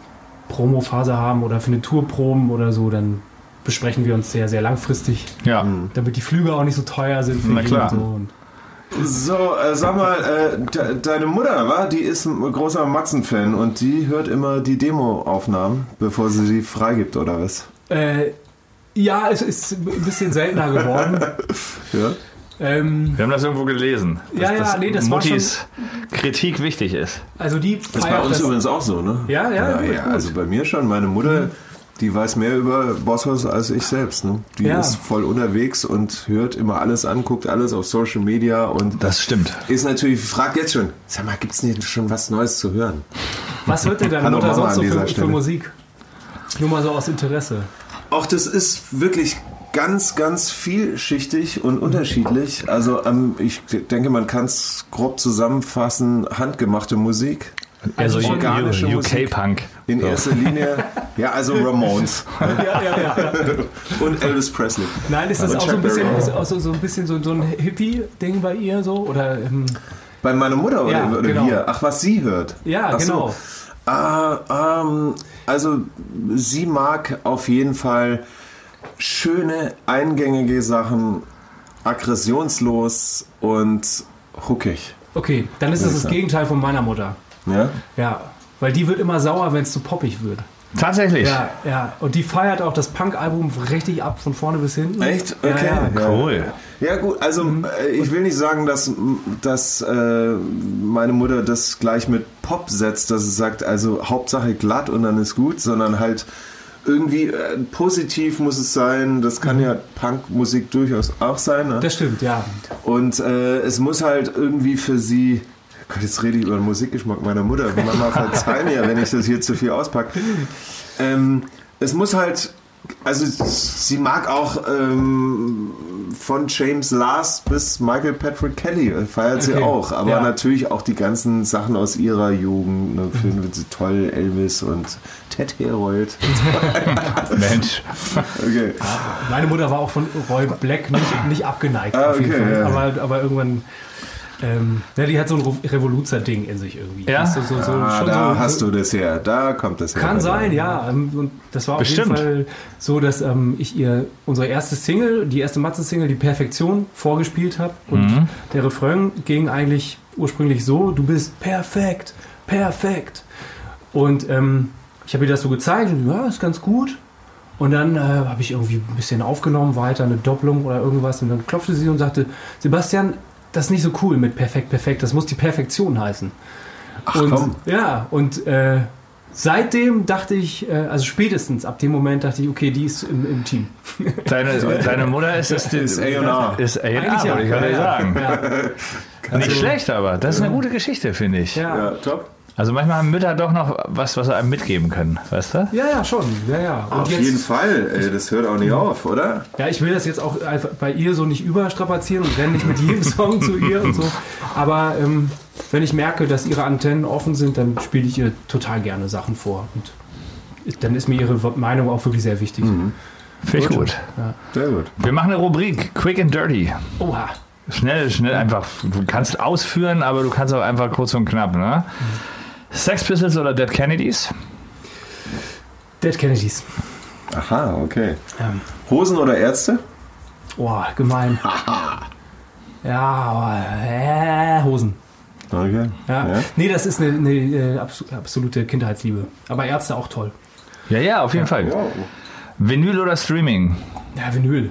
Speaker 4: Promophase haben oder für eine Tour proben oder so, dann besprechen wir uns sehr, sehr langfristig,
Speaker 2: ja.
Speaker 4: damit die Flüge auch nicht so teuer sind. für
Speaker 2: Na
Speaker 4: ihn
Speaker 2: klar.
Speaker 4: Und so. und
Speaker 3: So, äh, sag mal, äh, de deine Mutter, war, die ist ein großer Matzen-Fan und die hört immer die Demo-Aufnahmen, bevor sie die freigibt, oder was?
Speaker 4: Äh, ja, es ist ein bisschen seltener geworden.
Speaker 3: Ja?
Speaker 4: ähm,
Speaker 2: Wir haben das irgendwo gelesen. Dass,
Speaker 4: Ja, ja,
Speaker 2: dass
Speaker 4: nee, das war
Speaker 2: Muttis Kritik wichtig ist.
Speaker 4: also die
Speaker 3: Das ist bei
Speaker 4: feiert
Speaker 3: uns
Speaker 4: das.
Speaker 3: übrigens auch so, ne?
Speaker 4: Ja, ja,
Speaker 3: ja,
Speaker 4: gut, gut. Mhm.
Speaker 3: Also bei mir schon, meine Mutter, die weiß mehr über Bosshaus als ich selbst, ne? Die
Speaker 4: Ja.
Speaker 3: ist voll unterwegs und hört immer alles an, guckt alles auf Social Media und
Speaker 2: Das stimmt.
Speaker 3: ist natürlich, fragt jetzt schon, sag mal, gibt's nicht schon was Neues zu hören?
Speaker 4: Was hört denn deine
Speaker 3: Hallo,
Speaker 4: Mutter
Speaker 3: Mama
Speaker 4: sonst so
Speaker 3: an dieser
Speaker 4: für, für
Speaker 3: Stelle.
Speaker 4: Musik? Nur mal so aus Interesse.
Speaker 3: Auch das ist wirklich ganz, ganz vielschichtig und unterschiedlich. Also ähm, ich denke, man kann es grob zusammenfassen, handgemachte Musik.
Speaker 2: Also
Speaker 4: schon
Speaker 3: organische Musik.
Speaker 2: UK-Punk.
Speaker 3: In erster Linie, ja, also Ramones
Speaker 4: Ja, ja, ja.
Speaker 3: und Elvis Presley.
Speaker 4: Nein, ist das
Speaker 3: Aber
Speaker 4: auch so
Speaker 3: Chuck
Speaker 4: ein bisschen,
Speaker 3: Berry.
Speaker 4: ist auch so, so ein bisschen so, so ein Hippie-Ding bei ihr so? Oder ähm,
Speaker 3: Bei meiner Mutter oder,
Speaker 4: Ja,
Speaker 3: oder
Speaker 4: genau.
Speaker 3: wir? Ach, was sie hört.
Speaker 4: ja,
Speaker 3: Ach so.
Speaker 4: genau.
Speaker 3: Ah, ähm, also sie mag auf jeden Fall schöne, eingängige Sachen, aggressionslos und huckig. ne?
Speaker 4: Okay, dann ist das das
Speaker 3: Ja.
Speaker 4: Gegenteil von meiner Mutter.
Speaker 3: Ja?
Speaker 4: Ja. Weil die wird immer sauer, wenn es zu poppig wird.
Speaker 2: Tatsächlich.
Speaker 4: Ja, ja. Und die feiert auch das Punk-Album richtig ab, von vorne bis hinten.
Speaker 3: Echt?
Speaker 4: Ja,
Speaker 3: Okay.
Speaker 4: ja.
Speaker 2: Cool.
Speaker 3: Ja gut, also äh, ich will nicht sagen, dass, dass äh, meine Mutter das gleich mit Pop setzt, dass sie sagt, also Hauptsache glatt und dann ist gut, sondern halt irgendwie äh, positiv muss es sein. Das kann ja Punkmusik durchaus auch sein. Ne?
Speaker 4: Das stimmt, ja.
Speaker 3: Und äh, es muss halt irgendwie für sie. Gott, jetzt rede ich über den Musikgeschmack meiner Mutter. Mama, verzeih mir, wenn ich das hier zu viel auspacke. Ähm, es muss halt. Also, sie mag auch ähm, von James Last bis Michael Patrick Kelly, äh, feiert sie
Speaker 4: Okay,
Speaker 3: auch. Aber
Speaker 4: ja. Mhm.
Speaker 3: natürlich auch die ganzen Sachen aus ihrer Jugend. Ne, finden sie toll, Elvis und Ted Herold.
Speaker 2: Mensch.
Speaker 3: Okay.
Speaker 4: Meine Mutter war auch von Roy Black nicht, nicht abgeneigt.
Speaker 3: Ah,
Speaker 4: auf jeden
Speaker 3: okay,
Speaker 4: Fall.
Speaker 3: ja.
Speaker 4: aber, aber irgendwann. Ähm, ja, die hat so ein Ru- Revoluzer-Ding in sich irgendwie.
Speaker 2: Ja?
Speaker 4: Weißt du, so, so,
Speaker 3: Ah,
Speaker 4: schon
Speaker 3: da
Speaker 4: so,
Speaker 3: hast du das her, da kommt das her.
Speaker 4: Kann sein, ja. Ähm, Und das war auf
Speaker 2: Bestimmt.
Speaker 4: jeden Fall so, dass ähm, ich ihr unsere erste Single, die erste Matzen-Single, die Perfektion, vorgespielt habe. Und der Refrain ging eigentlich ursprünglich so: Du bist perfekt, perfekt. Und ähm, ich habe ihr das so gezeigt und ja, ist ganz gut. Und dann äh, habe ich irgendwie ein bisschen aufgenommen, weiter eine Doppelung oder irgendwas. Und dann klopfte sie und sagte: Sebastian, das ist nicht so cool mit perfekt, perfekt. Das muss die Perfektion heißen.
Speaker 3: Ach
Speaker 4: Und,
Speaker 3: komm,
Speaker 4: Ja, und äh, seitdem dachte ich, äh, also spätestens ab dem Moment dachte ich, okay, die ist im, im Team.
Speaker 2: Deine, deine Mutter ist das
Speaker 3: Ist A&R.
Speaker 2: Ist A&R, wollte ich
Speaker 4: ja,
Speaker 2: gerade
Speaker 4: ja,
Speaker 2: sagen.
Speaker 4: Ja,
Speaker 2: Nicht schlecht, aber das ist eine gute Geschichte, finde ich.
Speaker 4: ja.
Speaker 3: ja, top.
Speaker 2: Also manchmal haben Mütter doch noch was, was sie einem mitgeben können, weißt du?
Speaker 4: ja, ja, schon. Ja, ja. Und
Speaker 3: Auf jeden Fall, ey, das hört auch
Speaker 2: Mhm.
Speaker 3: nicht auf, oder?
Speaker 4: ja, ich will das jetzt auch einfach bei ihr so nicht überstrapazieren und renne nicht mit jedem Song zu ihr und so. Aber ähm, wenn ich merke, dass ihre Antennen offen sind, dann spiele ich ihr total gerne Sachen vor. Und dann ist mir ihre Meinung auch wirklich sehr wichtig.
Speaker 3: Mhm.
Speaker 2: Finde ich gut.
Speaker 3: Sehr gut.
Speaker 2: Wir machen eine Rubrik, Quick and Dirty.
Speaker 4: Oha.
Speaker 2: Schnell, schnell, einfach. Du kannst ausführen, aber du kannst auch einfach kurz und knapp, ne? Sex Pistols oder Dead Kennedys?
Speaker 4: Dead Kennedys.
Speaker 3: Aha, okay.
Speaker 4: Ähm,
Speaker 3: Hosen oder Ärzte?
Speaker 4: Oh, gemein. ja, aber äh, Hosen.
Speaker 3: Okay.
Speaker 4: Ja.
Speaker 3: Ja.
Speaker 4: Nee, das ist eine, eine äh, abs- absolute Kindheitsliebe. Aber Ärzte auch toll.
Speaker 2: Ja, ja, auf jeden Fall.
Speaker 3: Wow.
Speaker 2: Vinyl oder Streaming?
Speaker 4: Ja, Vinyl.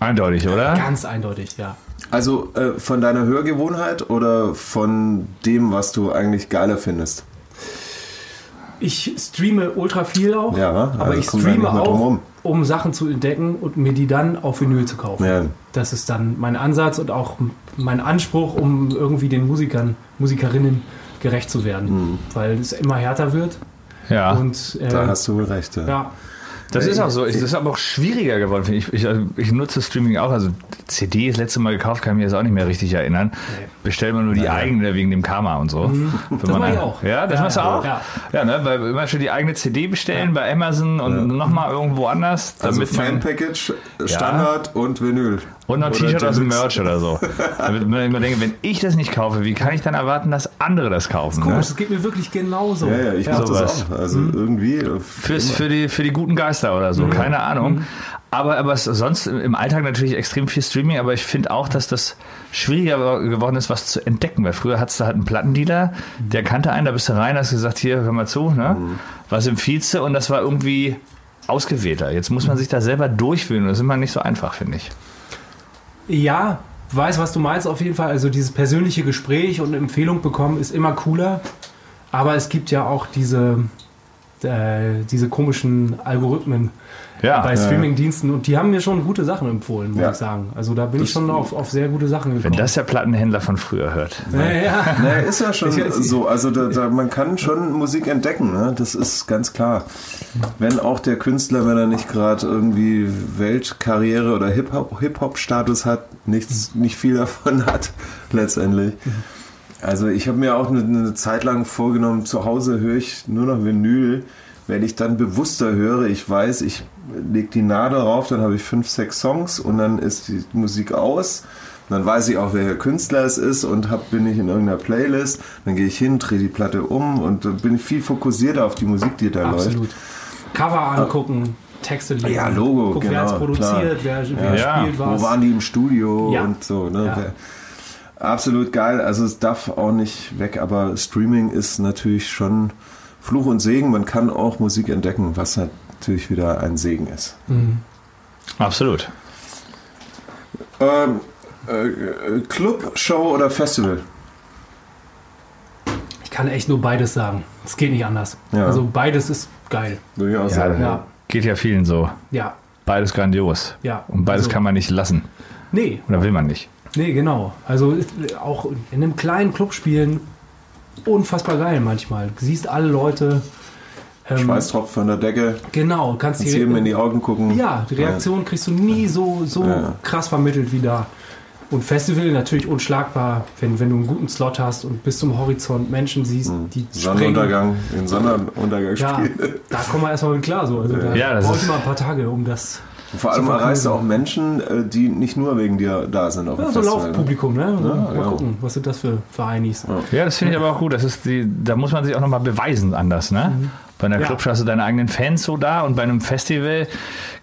Speaker 2: Eindeutig, oder?
Speaker 4: Ganz eindeutig, ja.
Speaker 3: Also äh, von deiner Hörgewohnheit oder von dem, was du eigentlich geiler findest?
Speaker 4: Ich streame ultra viel auch,
Speaker 3: Ja, also
Speaker 4: aber ich
Speaker 3: kommt da
Speaker 4: streame
Speaker 3: nicht mehr drum
Speaker 4: auch,
Speaker 3: rum.
Speaker 4: um Sachen zu entdecken und mir die dann auf Vinyl zu kaufen.
Speaker 3: Ja.
Speaker 4: Das ist dann mein Ansatz und auch mein Anspruch, um irgendwie den Musikern, Musikerinnen gerecht zu werden, weil es immer härter wird.
Speaker 2: Ja.
Speaker 4: und äh,
Speaker 3: Mhm. Ah, Da hast du wohl recht. Ja.
Speaker 4: ja,
Speaker 2: Das
Speaker 4: Äh,
Speaker 2: ist auch so. Ich, das ist aber auch schwieriger geworden. finde Ich, ich, also ich nutze Streaming auch. Also CD das letzte Mal gekauft, kann ich mir das auch nicht mehr richtig erinnern. Bestellt man nur die eigene wegen dem Karma und so. Wenn
Speaker 4: Mhm. das
Speaker 2: man
Speaker 4: mache ich
Speaker 2: dann-
Speaker 4: auch.
Speaker 2: Ja, das
Speaker 4: Ja,
Speaker 2: machst du
Speaker 4: ja,
Speaker 2: auch?
Speaker 4: ja.
Speaker 2: Ja, ne, weil immer schon die eigene CD bestellen bei Amazon und nochmal irgendwo anders.
Speaker 3: Also
Speaker 2: damit man,
Speaker 3: Fan-Package, Standard und Vinyl.
Speaker 2: und noch ein
Speaker 3: Oder
Speaker 2: T-Shirt aus dem Merch
Speaker 3: Deluxe.
Speaker 2: oder so. damit man immer denkt, wenn ich das nicht kaufe, wie kann ich dann erwarten, dass andere das kaufen?
Speaker 4: komisch,
Speaker 2: Ne?
Speaker 4: das geht mir wirklich genauso.
Speaker 3: Ja, ja, ich mach
Speaker 2: sowas. Mhm.
Speaker 3: das auch. Also irgendwie. äh,
Speaker 2: Fürs, für, die, für die guten Geister oder so, keine Ahnung. Aber, aber es, sonst im im Alltag natürlich extrem viel Streaming, aber ich finde auch, dass das schwieriger geworden ist, was zu entdecken. Weil früher hattest du halt einen Plattendealer, der kannte einen, da bist du rein, hast gesagt, hier, hör mal zu, ne? was empfiehlst du? Und das war irgendwie ausgewählter. Jetzt muss man sich da selber durchwühlen und das ist immer nicht so einfach, finde ich.
Speaker 4: Ja, weiß, was du meinst auf jeden Fall. Also dieses persönliche Gespräch und Empfehlung bekommen ist immer cooler. Aber es gibt ja auch diese, äh, diese komischen Algorithmen
Speaker 2: Ja,
Speaker 4: bei Streamingdiensten und die haben mir schon gute Sachen empfohlen, muss
Speaker 3: Ja.
Speaker 4: ich sagen. Also da bin ich schon auf, auf sehr gute Sachen gekommen.
Speaker 2: wenn das der Plattenhändler von früher hört.
Speaker 4: ja, ja.
Speaker 3: Naja, Ne, ist ja schon
Speaker 4: Ich weiß nicht.
Speaker 3: so. Also da, da, man kann schon Musik entdecken, ne? das ist ganz klar. Wenn auch der Künstler, wenn er nicht gerade irgendwie Weltkarriere oder Hip-Hop- Hip-Hop-Status hat, nichts, nicht viel davon hat, letztendlich. Also ich habe mir auch eine, eine Zeit lang vorgenommen, zu Hause höre ich nur noch Vinyl. Wenn ich dann bewusster höre, ich weiß, ich lege die Nadel rauf, dann habe ich fünf, sechs Songs und dann ist die Musik aus. Dann weiß ich auch, welcher Künstler es ist und hab, bin ich in irgendeiner Playlist. Dann gehe ich hin, drehe die Platte um und dann bin ich viel fokussierter auf die Musik, die da läuft. Äh,
Speaker 4: Absolut. Cover angucken, Texte lesen.
Speaker 3: Ja, Logo,
Speaker 4: Guck, wer
Speaker 3: genau,
Speaker 4: hat's produziert, wer, wer
Speaker 2: Ja.
Speaker 4: spielt was.
Speaker 3: Wo waren die im Studio
Speaker 4: Ja.
Speaker 3: und so. Ne?
Speaker 4: Ja.
Speaker 3: Absolut geil. Also es darf auch nicht weg, aber Streaming ist natürlich schon Fluch und Segen. Man kann auch Musik entdecken, was natürlich
Speaker 4: Mhm.
Speaker 3: wieder ein Segen ist.
Speaker 2: Absolut.
Speaker 3: Ähm, Äh, Club, Show oder Festival?
Speaker 4: Ich kann echt nur beides sagen. Es geht nicht anders.
Speaker 3: Ja.
Speaker 4: Also beides ist geil.
Speaker 3: Würde ich auch
Speaker 2: Ja,
Speaker 3: sagen.
Speaker 4: Ja,
Speaker 2: Geht ja vielen so.
Speaker 4: ja,
Speaker 2: Beides grandios.
Speaker 4: ja.
Speaker 2: Und beides
Speaker 4: also,
Speaker 2: kann man nicht lassen.
Speaker 4: Nee,
Speaker 2: Oder will man nicht.
Speaker 4: nee, genau. Also ist, äh, auch in einem kleinen Club spielen, unfassbar geil manchmal. Du siehst alle Leute. ähm,
Speaker 3: Schweißtropfen von der Decke,
Speaker 4: Genau, kannst
Speaker 3: kannst jedem in die Augen gucken.
Speaker 4: Ja, die Reaktion kriegst du nie so, so
Speaker 3: Ja.
Speaker 4: krass vermittelt wie da. Und Festival natürlich unschlagbar, wenn, wenn du einen guten Slot hast und bis zum Horizont Menschen siehst, die springen.
Speaker 3: Hm. Sonnenuntergang, den Sonnenuntergang
Speaker 4: Ja,
Speaker 3: spielen.
Speaker 4: da kommen wir erstmal mit klar. So. Also da
Speaker 2: Ja, das
Speaker 4: brauche ich
Speaker 2: ist-
Speaker 4: mal ein paar Tage, um das.
Speaker 3: Vor allem
Speaker 4: zu
Speaker 3: erreichst du auch
Speaker 4: verknüpfen.
Speaker 3: Menschen, äh, die nicht nur wegen dir da sind auf dem
Speaker 4: Ja, so
Speaker 3: Festival.
Speaker 4: Laufpublikum, ne? Also,
Speaker 3: Ja,
Speaker 4: mal
Speaker 3: genau.
Speaker 4: gucken, was sind das für Vereinis.
Speaker 2: Ja, das finde ich aber auch gut. Das ist die, da muss man sich auch nochmal beweisen anders, ne? Bei einer
Speaker 4: Mhm. Ja.
Speaker 2: Clubshow hast du deine eigenen Fans so da und bei einem Festival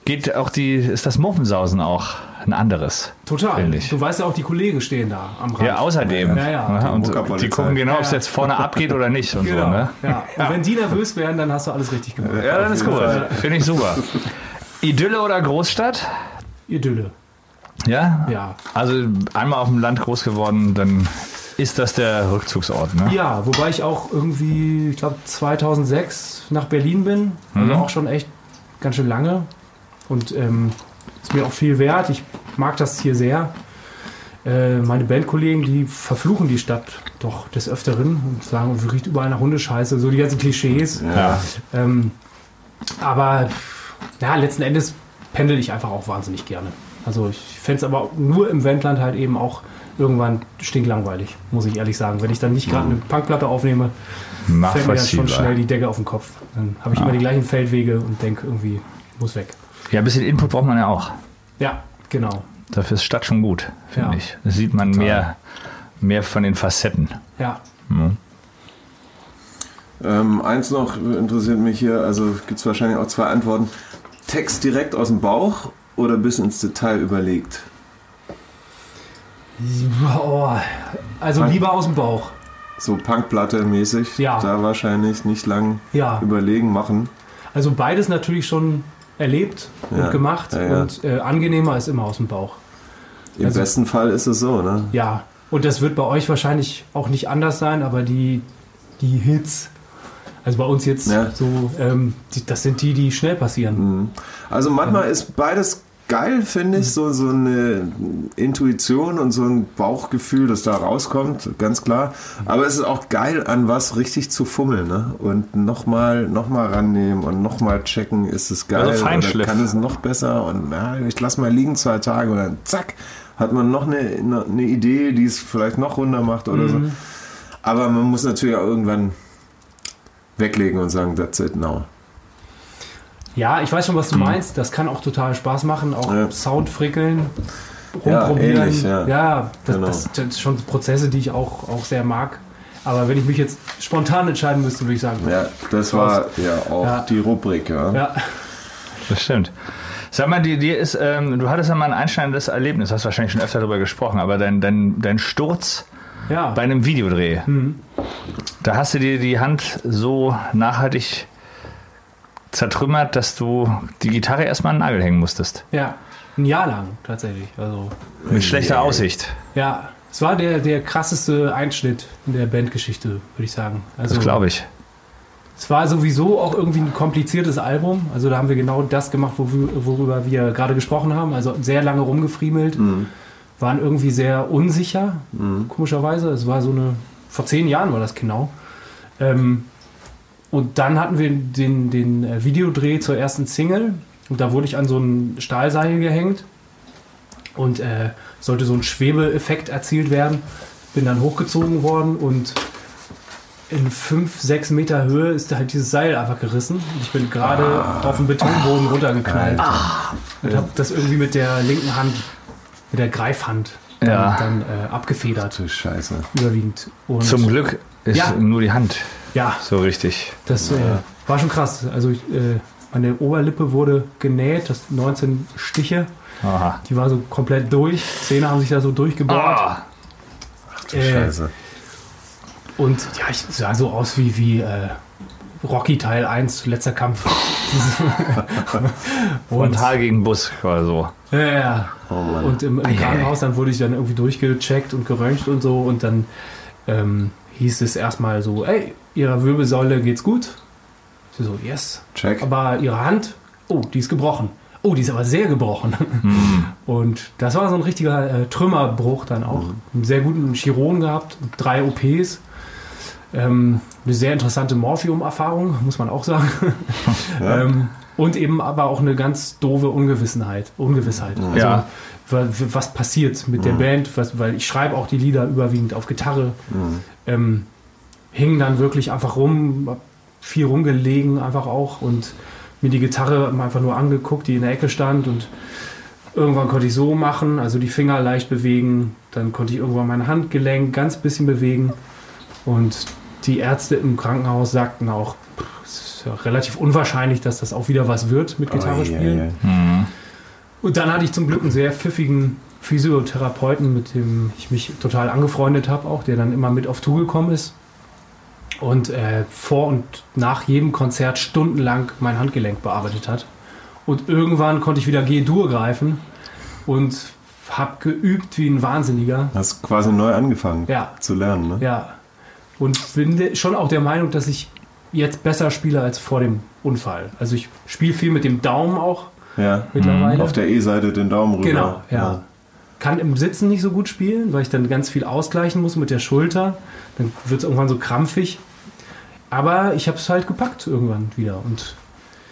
Speaker 2: geht auch die, ist das Muffensausen auch ein anderes.
Speaker 4: Total.
Speaker 2: Finde ich.
Speaker 4: Du weißt ja auch, die Kollegen stehen da am Rand.
Speaker 2: Ja, außerdem.
Speaker 4: Ja, ja.
Speaker 2: Ne?
Speaker 3: Die
Speaker 2: Und
Speaker 3: Muckerpolizei.
Speaker 2: die gucken genau,
Speaker 4: Ja,
Speaker 2: ob es
Speaker 4: ja.
Speaker 2: jetzt vorne abgeht oder nicht und
Speaker 4: Genau.
Speaker 2: so, ne?
Speaker 4: ja. Und wenn die nervös werden, dann hast du alles richtig gemacht.
Speaker 2: Ja, dann ist
Speaker 3: jeden
Speaker 2: gut.
Speaker 3: Fall.
Speaker 2: Finde ich super. Idylle oder Großstadt?
Speaker 4: Idylle.
Speaker 2: Ja?
Speaker 4: Ja.
Speaker 2: Also einmal auf dem Land groß geworden, dann ist das der Rückzugsort, ne?
Speaker 4: Ja, wobei ich auch irgendwie, ich glaube 2006 nach Berlin bin, also
Speaker 2: Mhm.
Speaker 4: auch schon echt ganz schön lange und ähm, ist mir auch viel wert. Ich mag das hier sehr. Äh, meine Bandkollegen, die verfluchen die Stadt doch des Öfteren und sagen, es riecht überall nach Hundescheiße, so die ganzen Klischees.
Speaker 2: Ja.
Speaker 4: Ähm, aber ja, letzten Endes pendel ich einfach auch wahnsinnig gerne. Also ich fände es aber nur im Wendland halt eben auch irgendwann stinklangweilig, muss ich ehrlich sagen. Wenn ich dann nicht gerade
Speaker 3: Mhm.
Speaker 4: eine Punkplatte aufnehme, fällt mir dann schon
Speaker 2: Nachvollziehbar.
Speaker 4: schnell die Decke auf den Kopf. Dann habe ich immer die gleichen Feldwege und denke irgendwie, muss weg.
Speaker 2: Ja, ein bisschen Input braucht man ja auch.
Speaker 4: Ja, genau.
Speaker 2: Dafür ist Stadt schon gut, finde
Speaker 4: Ja.
Speaker 2: ich. Da sieht man mehr, mehr von den Facetten.
Speaker 4: Ja.
Speaker 3: Ähm, eins noch interessiert mich hier, also gibt es wahrscheinlich auch zwei Antworten. Text direkt aus dem Bauch oder bis ins Detail überlegt?
Speaker 4: Oh, also lieber aus dem Bauch.
Speaker 3: So Punkplatte mäßig,
Speaker 4: Ja.
Speaker 3: da wahrscheinlich nicht lang
Speaker 4: Ja.
Speaker 3: überlegen machen.
Speaker 4: Also beides natürlich schon erlebt
Speaker 3: Ja.
Speaker 4: und gemacht.
Speaker 3: Ja, ja.
Speaker 4: Und äh, angenehmer ist immer aus dem Bauch.
Speaker 3: Im
Speaker 4: Also-
Speaker 3: besten Fall ist es so, ne?
Speaker 4: Ja, und das wird bei euch wahrscheinlich auch nicht anders sein, aber die, die Hits, also bei uns jetzt
Speaker 3: Ja.
Speaker 4: so, ähm, die, das sind die, die schnell passieren.
Speaker 3: Also manchmal ist beides geil, finde ich, so, so eine Intuition und so ein Bauchgefühl, das da rauskommt, ganz klar. Aber es ist auch geil, an was richtig zu fummeln, ne? Und nochmal noch mal rannehmen und nochmal checken, ist es geil
Speaker 2: Also Feinschliff.
Speaker 3: oder kann es noch besser und na, ich lass mal liegen zwei Tage und dann zack, hat man noch eine, noch eine Idee, die es vielleicht noch runter macht oder
Speaker 2: Mhm.
Speaker 3: so. Aber man muss natürlich auch irgendwann weglegen und sagen, that's it now.
Speaker 4: Ja, ich weiß schon, was du meinst. Das kann auch total Spaß machen, auch
Speaker 3: Mhm. Ja.
Speaker 4: Sound frickeln,
Speaker 3: Ja,
Speaker 4: rumprobieren.
Speaker 3: ähnlich, ja.
Speaker 4: das,
Speaker 3: Genau.
Speaker 4: das, das sind schon Prozesse, die ich auch, auch sehr mag. Aber wenn ich mich jetzt spontan entscheiden müsste, würde ich sagen,
Speaker 3: Ja, das war ja auch
Speaker 4: Ja.
Speaker 3: die Rubrik, ja.
Speaker 4: ja,
Speaker 2: Das stimmt. Sag mal, dir, dir ist, ähm, du hattest ja mal ein einschneidendes Erlebnis, hast wahrscheinlich schon öfter darüber gesprochen, aber dein, dein, dein Sturz
Speaker 4: ja.
Speaker 2: bei einem Videodreh,
Speaker 4: Mhm.
Speaker 2: da hast du dir die Hand so nachhaltig zertrümmert, dass du die Gitarre erstmal an den Nagel hängen musstest.
Speaker 4: ja. Ein Jahr lang tatsächlich. Also
Speaker 2: Mit schlechter Aussicht.
Speaker 4: Ja, es war der, der krasseste Einschnitt in der Bandgeschichte, würde ich sagen. Also,
Speaker 2: Das glaube ich.
Speaker 4: Es war sowieso auch irgendwie ein kompliziertes Album. Also da haben wir genau das gemacht, wo wir- worüber wir gerade gesprochen haben. Also sehr lange rumgefriemelt, waren irgendwie sehr unsicher, komischerweise. Es war so eine, vor zehn Jahren war das genau. Ähm, und dann hatten wir den, den äh, Videodreh zur ersten Single und da wurde ich an so ein Stahlseil gehängt und äh, sollte so ein Schwebeeffekt erzielt werden. Bin dann hochgezogen worden und in 5, 6 Meter Höhe ist halt dieses Seil einfach gerissen. Und ich bin gerade auf den Betonboden runtergeknallt.
Speaker 2: Ah.
Speaker 4: Und habe das irgendwie mit der linken Hand, mit der Greifhand, dann,
Speaker 2: Ja.
Speaker 4: dann äh, abgefedert,
Speaker 3: Du Scheiße.
Speaker 4: überwiegend. Und
Speaker 2: Zum Glück ist
Speaker 4: Ja.
Speaker 2: nur die Hand
Speaker 4: ja,
Speaker 2: so richtig.
Speaker 4: das äh, war schon krass. Also ich, äh, meine Oberlippe wurde genäht, das 19 Stiche.
Speaker 2: Aha.
Speaker 4: Die war so komplett durch. Zähne haben sich da so durchgebohrt.
Speaker 2: Ah,
Speaker 3: Ach du
Speaker 4: Äh,
Speaker 3: Scheiße.
Speaker 4: Und ja, ich sah so aus wie, wie äh, Rocky Teil 1, letzter Kampf.
Speaker 2: Frontal gegen Bus quasi so.
Speaker 4: Ja, ja, ja.
Speaker 3: Oh Mann.
Speaker 4: Und im, im
Speaker 2: Ah, Ei,
Speaker 4: Krankenhaus, dann wurde ich dann irgendwie durchgecheckt und geröntgt und so. Und dann ähm, hieß es erstmal so, ey, ihrer Wirbelsäule geht's gut. Sie so, yes.
Speaker 3: Check.
Speaker 4: Aber ihre Hand, oh, die ist gebrochen. Oh, die ist aber sehr gebrochen. Und das war so ein richtiger äh, Trümmerbruch dann auch. Einen sehr guten Chirurgen gehabt, drei OPs. Ähm, eine sehr interessante Morphium-Erfahrung, muss man auch sagen. ähm, und eben aber auch eine ganz doofe Ungewissenheit. Ungewissheit. Also,
Speaker 2: Ja.
Speaker 4: wa- was passiert mit der Band, was, weil ich schreibe auch die Lieder überwiegend auf Gitarre. Ähm, hing dann wirklich einfach rum, hab viel rumgelegen einfach auch und mir die Gitarre einfach nur angeguckt, die in der Ecke stand und irgendwann konnte ich so machen, also die Finger leicht bewegen, dann konnte ich irgendwann mein Handgelenk ganz bisschen bewegen und die Ärzte im Krankenhaus sagten auch, "Pff, es ist ja relativ unwahrscheinlich, dass das auch wieder was wird mit Gitarre
Speaker 3: Ei,
Speaker 4: spielen.
Speaker 3: ei, ei.
Speaker 4: Und dann hatte ich zum Glück einen sehr pfiffigen Physiotherapeuten, mit dem ich mich total angefreundet habe, auch der dann immer mit auf Tour gekommen ist und äh, vor und nach jedem Konzert stundenlang mein Handgelenk bearbeitet hat. Und irgendwann konnte ich wieder G-Dur greifen und habe geübt wie ein Wahnsinniger.
Speaker 3: Hast quasi neu angefangen
Speaker 4: Ja.
Speaker 3: zu lernen, ne?
Speaker 4: Ja. Und bin de- schon auch der Meinung, dass ich jetzt besser spiele als vor dem Unfall. Also ich spiele viel mit dem Daumen auch
Speaker 3: Ja.
Speaker 4: mittlerweile.
Speaker 3: Mhm. Auf der E-Seite den Daumen rüber.
Speaker 4: Genau, ja. Kann im Sitzen nicht so gut spielen, weil ich dann ganz viel ausgleichen muss mit der Schulter. Dann wird es irgendwann so krampfig. Aber ich habe es halt gepackt irgendwann wieder. Und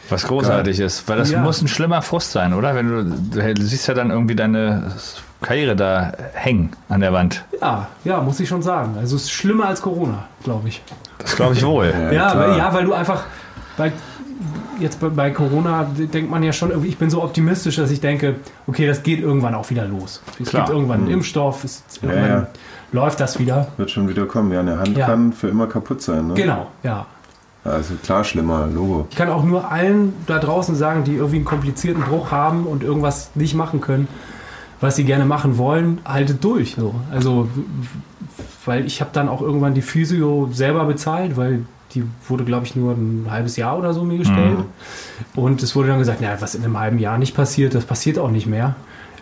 Speaker 2: Was großartig ist, weil das
Speaker 4: Ja.
Speaker 2: muss ein schlimmer Frust sein, oder? Wenn du, du siehst ja dann irgendwie deine Karriere da hängen an der Wand.
Speaker 4: ja, ja, muss ich schon sagen. Also es ist schlimmer als Corona, glaube ich.
Speaker 2: Das glaube ich wohl.
Speaker 3: Ja,
Speaker 4: Ja,
Speaker 3: klar.
Speaker 4: weil, ja, weil du einfach bei, jetzt bei, bei Corona denkt man ja schon, irgendwie, ich bin so optimistisch, dass ich denke, okay, das geht irgendwann auch wieder los. Es
Speaker 2: Klar.
Speaker 4: gibt irgendwann einen Impfstoff, es, irgendwann
Speaker 3: Mhm. ja.
Speaker 4: läuft das wieder.
Speaker 3: Wird schon wieder kommen. Ja, eine Hand
Speaker 4: Ja.
Speaker 3: kann für immer kaputt sein, ne?
Speaker 4: Genau, ja.
Speaker 3: Also klar, schlimmer, Logo.
Speaker 4: Ich kann auch nur allen da draußen sagen, die irgendwie einen komplizierten Bruch haben und irgendwas nicht machen können, was sie gerne machen wollen, haltet durch. So. Also, weil ich habe dann auch irgendwann die Physio selber bezahlt, weil die wurde, glaube ich, nur ein halbes Jahr oder so mir gestellt. Und es wurde dann gesagt, naja, was in einem halben Jahr nicht passiert, das passiert auch nicht mehr.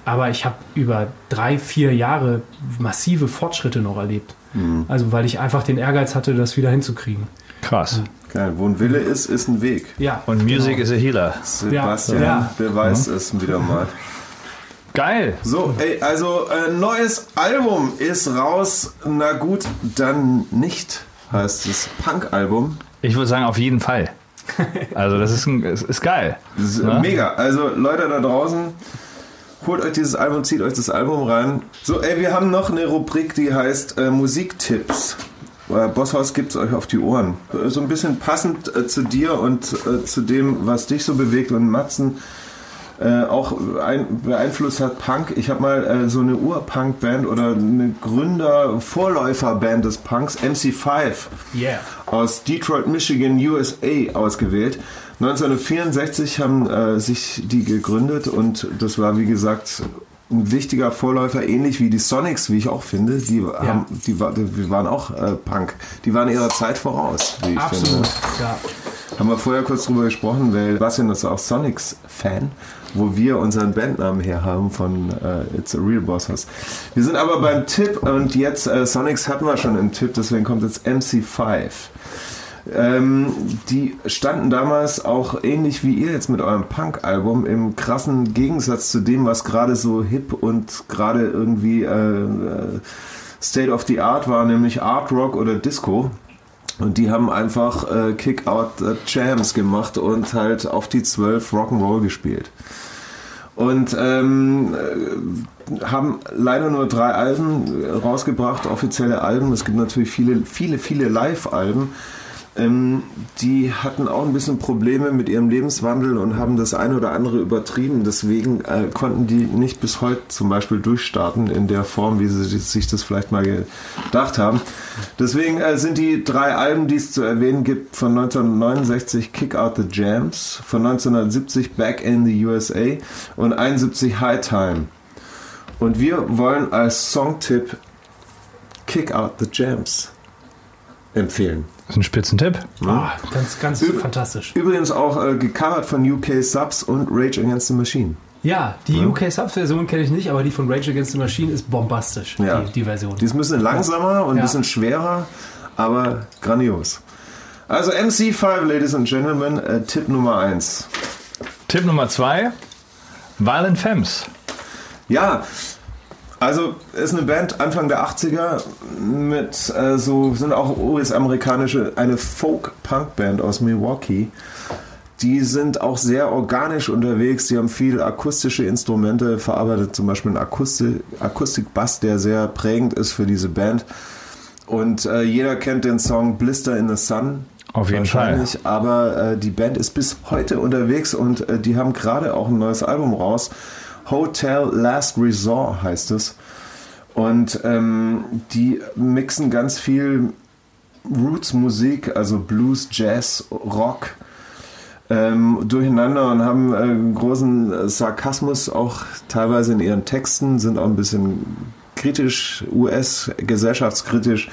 Speaker 4: Aber ich habe über drei, vier Jahre massive Fortschritte noch erlebt. Also, weil ich einfach den Ehrgeiz hatte, das wieder hinzukriegen.
Speaker 2: Krass.
Speaker 3: Geil. Wo ein Wille ist, ist ein Weg.
Speaker 4: Ja.
Speaker 2: Und Music is a Healer.
Speaker 3: Sebastian
Speaker 4: Ja.
Speaker 3: beweist es wieder mal.
Speaker 2: Geil.
Speaker 3: So, ey, also äh, neues Album ist raus. Na gut, dann nicht. Heißt es Punk-Album.
Speaker 2: Ich würde sagen, auf jeden Fall. Also das ist, ein, es ist geil.
Speaker 3: Das ist
Speaker 2: Ja.
Speaker 3: mega. Also Leute da draußen, holt euch dieses Album, zieht euch das Album rein. So, ey, wir haben noch eine Rubrik, die heißt äh, Musiktipps. Äh, Bosshaus gibt's euch auf die Ohren. Äh, So ein bisschen passend äh, zu dir und äh, zu dem, was dich so bewegt und Matzen äh, auch ein, beeinflusst hat Punk. Ich habe mal äh, so eine Ur-Punk-Band oder eine Gründer-Vorläufer-Band des Punks, MC5
Speaker 4: Yeah.
Speaker 3: aus Detroit, Michigan, USA ausgewählt. 1964 haben äh, sich die gegründet und das war wie gesagt ein wichtiger Vorläufer, ähnlich wie die Sonics, wie ich auch finde. Die, haben, die, wa- die waren auch äh, Punk. Die waren ihrer Zeit voraus, wie ich
Speaker 4: Absolut.
Speaker 3: finde.
Speaker 4: Ja.
Speaker 3: Haben wir vorher kurz drüber gesprochen, weil Bastian ist auch Sonics-Fan, wo wir unseren Bandnamen her haben von äh, It's a Real Boss House. Wir sind aber beim Tipp und jetzt äh, Sonics hatten wir schon im Tipp, deswegen kommt jetzt MC5. Ähm, die standen damals auch ähnlich wie ihr jetzt mit eurem Punk-Album im krassen Gegensatz zu dem, was gerade so hip und gerade irgendwie äh, äh, State of the Art war, nämlich Art Rock oder Disco. Und die haben einfach äh, Kick-Out-Jams gemacht und halt auf die 12 Rock'n'Roll gespielt. Und ähm, äh, haben leider nur drei Alben äh, rausgebracht, offizielle Alben. Es gibt natürlich viele, viele, viele Live-Alben. Ähm, die hatten auch ein bisschen Probleme mit ihrem Lebenswandel und haben das eine oder andere übertrieben. Deswegen äh, konnten die nicht bis heute zum Beispiel durchstarten in der Form, wie sie sich das vielleicht mal gedacht haben. Deswegen äh, sind die drei Alben, die es zu erwähnen gibt, von 1969 Kick Out the Jams, von 1970 Back in the USA und 71 High Time. Und wir wollen als Songtipp Kick Out the Jams empfehlen.
Speaker 2: ist ein Spitzentipp.
Speaker 4: Ah, ganz, ganz
Speaker 3: Üb-
Speaker 4: fantastisch.
Speaker 3: Übrigens auch äh, gecovert von UK Subs und Rage Against the Machine.
Speaker 4: Ja, die UK Subs-Version kenne ich nicht, aber die von Rage Against the Machine ist bombastisch,
Speaker 3: Ja.
Speaker 4: die, die Version.
Speaker 3: Die ist ein bisschen langsamer und ein
Speaker 4: Ja.
Speaker 3: bisschen schwerer, aber grandios. Also MC5, Ladies and Gentlemen, äh, Tipp Nummer 1.
Speaker 2: Tipp Nummer zwei, Violent Femmes.
Speaker 3: Ja, also ist eine Band Anfang der 80er mit äh, so, sind auch US-amerikanische, eine Folk-Punk-Band aus Milwaukee. Die sind auch sehr organisch unterwegs. Die haben viel akustische Instrumente verarbeitet, zum Beispiel einen Akusti Akustikbass, der sehr prägend ist für diese Band. Und äh, jeder kennt den Song Blister in the Sun.
Speaker 2: Auf jeden Fall.
Speaker 3: Wahrscheinlich, aber äh, die Band ist bis heute unterwegs und äh, die haben gerade auch ein neues Album raus. Hotel Last Resort heißt es. Und ähm, die mixen ganz viel Roots-Musik, also Blues, Jazz, Rock ähm, durcheinander und haben äh, einen großen äh, Sarkasmus auch teilweise in ihren Texten, sind auch ein bisschen kritisch, US-gesellschaftskritisch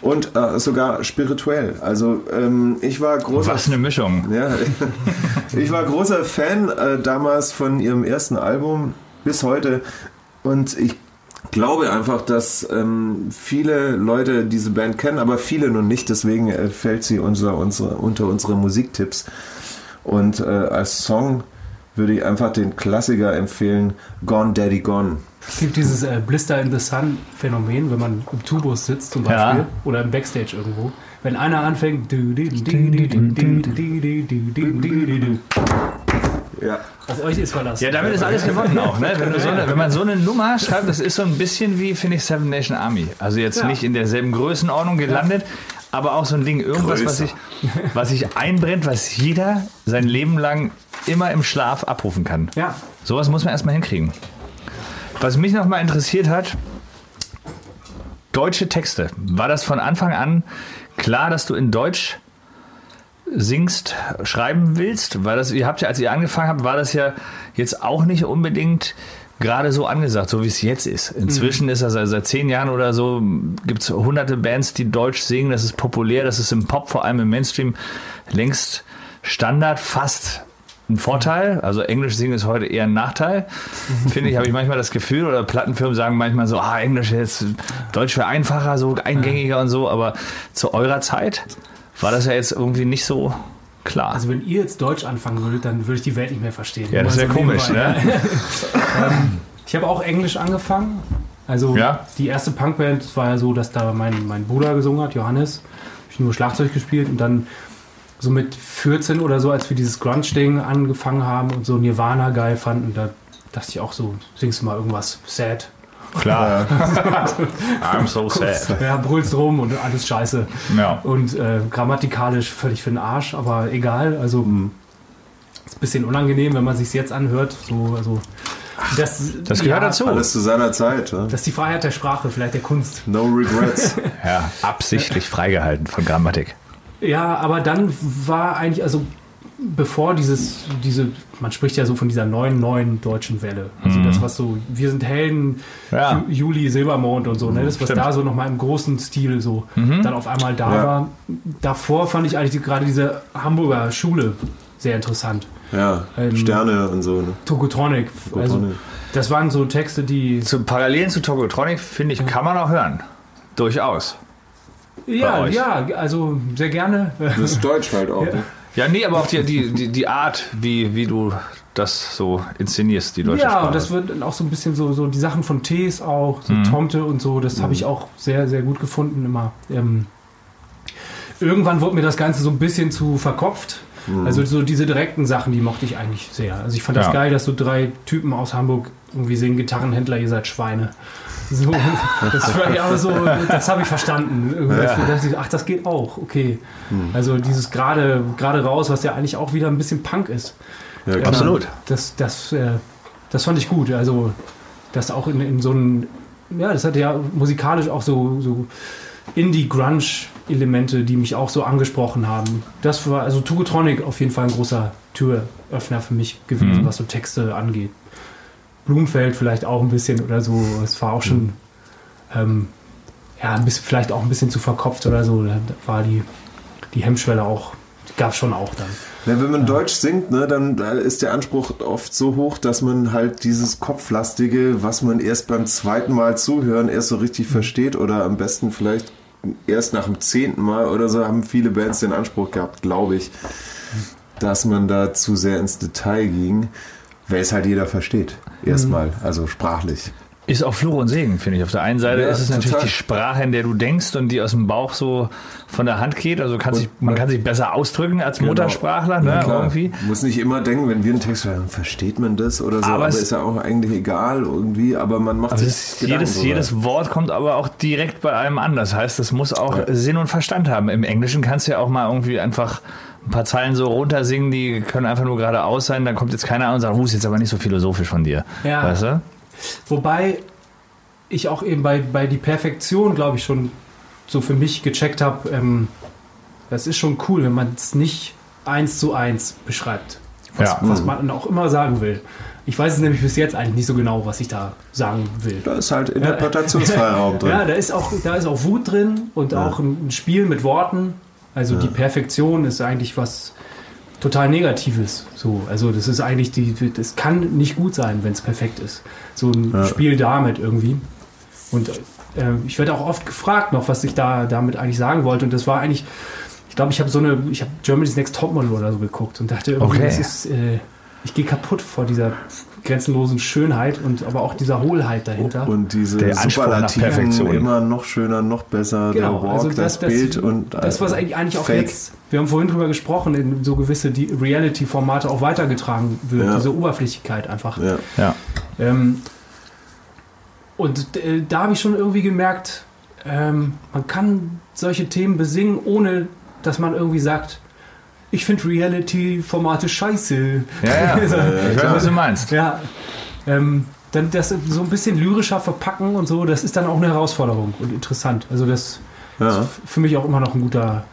Speaker 3: und äh, sogar spirituell. Also ähm, ich war großer
Speaker 2: Was eine Mischung.
Speaker 3: ja, ich war großer Fan äh, damals von ihrem ersten Album bis heute und ich glaube einfach, dass ähm, viele Leute diese Band kennen, aber viele noch nicht. Deswegen äh, fällt sie unser, unsere, unter unsere Musiktipps. Und äh, als Song würde ich einfach den Klassiker empfehlen, Gone Daddy Gone.
Speaker 4: Es gibt dieses äh, Blister in the Sun Phänomen, wenn man im Tubus sitzt zum
Speaker 2: Ja.
Speaker 4: Beispiel oder im Backstage irgendwo. Wenn einer anfängt, du, du, du, du, du, du, du, du, du, du, du, du, du.
Speaker 3: Ja.
Speaker 4: auf euch ist Verlass.
Speaker 2: Ja, damit ist alles gewonnen auch. Ne? Wenn, du so eine, wenn man so eine Nummer schreibt, das ist so ein bisschen wie, finde ich, Seven Nation Army. Also jetzt
Speaker 4: Ja.
Speaker 2: nicht in derselben Größenordnung gelandet, aber auch so ein Ding, irgendwas, was sich,
Speaker 3: Größer.
Speaker 2: was sich einbrennt, was jeder sein Leben lang immer im Schlaf abrufen kann.
Speaker 4: Ja,
Speaker 2: Sowas muss man erstmal hinkriegen. Was mich nochmal interessiert hat, deutsche Texte. War das von Anfang an klar, dass du in Deutsch singst, schreiben willst? War das, ihr habt ja, als ihr angefangen habt, war das ja jetzt auch nicht unbedingt gerade so angesagt, so wie es jetzt ist. Inzwischen ist das also seit zehn Jahren oder so, gibt es hunderte Bands, die Deutsch singen, das ist populär, das ist im Pop, vor allem im Mainstream, längst Standard, fast ein Vorteil. Also Englisch singen ist heute eher ein Nachteil. Finde ich, habe ich manchmal das Gefühl, oder Plattenfirmen sagen manchmal so, ah, Englisch jetzt, Deutsch wäre einfacher, so eingängiger und so, aber zu eurer Zeit war das ja jetzt irgendwie nicht so klar.
Speaker 4: also wenn ihr jetzt Deutsch anfangen würdet, dann würde ich die Welt nicht mehr verstehen.
Speaker 2: ja, das
Speaker 4: Nur
Speaker 2: wäre
Speaker 4: mal so
Speaker 2: komisch,
Speaker 4: nebenbei.
Speaker 2: ne?
Speaker 4: Ich habe auch Englisch angefangen. Also
Speaker 2: Ja.
Speaker 4: die erste Punkband war ja so, dass da mein, mein Bruder gesungen hat, Johannes. Ich nur Schlagzeug gespielt und dann so mit 14 oder so, als wir dieses Grunge-Ding angefangen haben und so Nirvana geil fanden, da dachte ich auch so, singst du mal irgendwas sad.
Speaker 2: Klar. I'm so sad.
Speaker 4: Ja, brüllst rum und alles scheiße.
Speaker 2: Ja.
Speaker 4: Und äh, grammatikalisch völlig für den Arsch, aber egal. Also
Speaker 2: Mhm.
Speaker 4: ist ein bisschen unangenehm, wenn man sich jetzt anhört. So, also, das,
Speaker 2: Das gehört dazu.
Speaker 3: Alles zu seiner Zeit. Ja?
Speaker 4: Das ist die Freiheit der Sprache, vielleicht der Kunst.
Speaker 3: No regrets.
Speaker 2: Ja, absichtlich freigehalten von Grammatik.
Speaker 4: Ja, aber dann war eigentlich, also bevor dieses, diese, man spricht ja so von dieser neuen, neuen deutschen Welle. Also das, was so, wir sind Helden,
Speaker 2: Mhm. Ja. Mhm,
Speaker 4: Ju- Juli, Silbermond und so, ne? Das, was
Speaker 2: Stimmt. Mhm.
Speaker 4: da so nochmal im großen Stil so dann auf einmal da
Speaker 3: Ja.
Speaker 4: war. Davor fand ich eigentlich die- gerade diese Hamburger Schule sehr interessant.
Speaker 3: ja,
Speaker 4: Ähm,
Speaker 3: Sterne und so. Ne?
Speaker 4: Tokotronic. Also,
Speaker 3: Tokotronic.
Speaker 4: das waren so Texte, die.
Speaker 2: Zu Parallelen zu Tokotronic, finde ich, kann man auch hören. Durchaus.
Speaker 4: Ja,
Speaker 2: euch.
Speaker 4: ja, also sehr gerne.
Speaker 3: Das ist Deutsch halt auch. Ne?
Speaker 2: Ja, nee, aber auch die, die, die, die Art, wie, wie du das so inszenierst, die deutsche
Speaker 4: ja,
Speaker 2: Sprache.
Speaker 4: und das wird dann auch so ein bisschen so, so die Sachen von Tees auch, so
Speaker 2: Mhm.
Speaker 4: Tomte und so, das habe ich auch sehr, sehr gut gefunden immer. Ähm, irgendwann wurde mir das Ganze so ein bisschen zu verkopft. Also so diese direkten Sachen, die mochte ich eigentlich sehr. Also ich fand das
Speaker 2: Mhm. Ja.
Speaker 4: geil, dass so drei Typen aus Hamburg irgendwie singen, Gitarrenhändler, ihr seid Schweine. So, das war ja auch so, das habe ich verstanden. Irgendwie dachte ich, Ach, das geht auch, okay.
Speaker 2: Mhm.
Speaker 4: Also dieses gerade, gerade raus, was ja eigentlich auch wieder ein bisschen Punk ist.
Speaker 3: Ja,
Speaker 4: Ähm,
Speaker 2: Absolut.
Speaker 4: Das, das, äh, das fand ich gut. Also, das auch in, in so einem, ja, das hatte ja musikalisch auch so, so Indie-Grunge-Elemente, die mich auch so angesprochen haben. Das war, also Togotronic auf jeden Fall ein großer Türöffner für mich gewesen,
Speaker 2: Mhm.
Speaker 4: was so Texte angeht. Blumenfeld vielleicht auch ein bisschen oder so. Es war auch schon, ähm, ja, ein bisschen, vielleicht auch ein bisschen zu verkopft oder so. Da da war die die Hemmschwelle auch, gab schon auch dann.
Speaker 3: Ja, wenn man Deutsch singt, ne, dann da ist der Anspruch oft so hoch, dass man halt dieses Kopflastige, was man erst beim zweiten Mal zuhören, erst so
Speaker 2: Mhm.
Speaker 3: richtig versteht oder am besten vielleicht erst nach dem zehnten Mal oder so, haben viele Bands den Anspruch gehabt, glaube ich, dass man da zu sehr ins Detail ging, weil es halt jeder versteht.
Speaker 2: Mhm.
Speaker 3: Erstmal, also sprachlich.
Speaker 2: Ist auch Fluch und Segen, finde ich. Auf der einen Seite
Speaker 3: Ja,
Speaker 2: ist es natürlich
Speaker 3: total.
Speaker 2: die Sprache, in der du denkst und die aus dem Bauch so von der Hand geht. Also kann sich, man kann sich besser ausdrücken als Muttersprachler, ne,
Speaker 3: Genau. Klar,
Speaker 2: irgendwie.
Speaker 3: Muss nicht immer denken, wenn wir einen Text hören, versteht man das oder so,
Speaker 2: Aber
Speaker 3: aber,
Speaker 2: es-
Speaker 3: ist ja auch eigentlich egal irgendwie, aber man macht
Speaker 2: Also
Speaker 3: sich
Speaker 2: es ist
Speaker 3: Gedanken
Speaker 2: jedes,
Speaker 3: drüber.
Speaker 2: jedes Wort kommt aber auch direkt bei einem an. Das heißt, es muss auch Sinn und Verstand haben. Im Englischen kannst du ja auch mal irgendwie einfach ein paar Zeilen so runtersingen, die können einfach nur geradeaus sein. Dann kommt jetzt keiner an und sagt, "Uh, ist jetzt aber nicht so philosophisch von dir.
Speaker 4: Ja.
Speaker 2: Weißt du?
Speaker 4: Wobei ich auch eben bei, bei die Perfektion, glaube ich, schon so für mich gecheckt habe, ähm, das ist schon cool, wenn man es nicht eins zu eins beschreibt. Was,
Speaker 2: Ja.
Speaker 4: was man auch immer sagen will. Ich weiß es nämlich bis jetzt eigentlich nicht so genau, was ich da sagen will.
Speaker 3: Da ist halt Interpretationsfreiraum drin.
Speaker 4: Ja, da ist auch, da ist auch Wut drin und auch ein Spiel mit Worten. Also die Perfektion ist eigentlich was total Negatives. So, also das ist eigentlich die, das kann nicht gut sein, wenn es perfekt ist. So ein Spiel damit irgendwie. Und äh, ich werde auch oft gefragt noch, was ich da damit eigentlich sagen wollte. Und das war eigentlich, ich glaube, ich habe so eine, ich habe Germany's Next Topmodel oder so geguckt und dachte irgendwie,
Speaker 2: Okay.
Speaker 4: das ist, äh, ich gehe kaputt vor dieser grenzenlosen Schönheit und aber auch dieser Hohlheit dahinter.
Speaker 3: Und diese
Speaker 2: Der Anspruch nach Perfektion.
Speaker 3: Superlativen immer noch schöner, noch besser, der Walk, das, Bild und
Speaker 4: Genau, also das, was eigentlich, eigentlich auch
Speaker 3: Äh, Fake.
Speaker 4: jetzt, wir haben vorhin drüber gesprochen, in so gewisse die Reality-Formate auch weitergetragen wird,
Speaker 3: Ja.
Speaker 4: diese Oberflächlichkeit einfach.
Speaker 3: Ja.
Speaker 2: Ja.
Speaker 4: Ähm, und äh, da habe ich schon irgendwie gemerkt, ähm, man kann solche Themen besingen, ohne dass man irgendwie sagt, ich finde Reality-Formate scheiße.
Speaker 2: Ja, ja.
Speaker 4: Also,
Speaker 2: Ich weiß, was du meinst.
Speaker 4: ja. Ähm, dann das so ein bisschen lyrischer verpacken und so, das ist dann auch eine Herausforderung und interessant. Also das
Speaker 3: Ja.
Speaker 4: ist für mich auch immer noch ein guter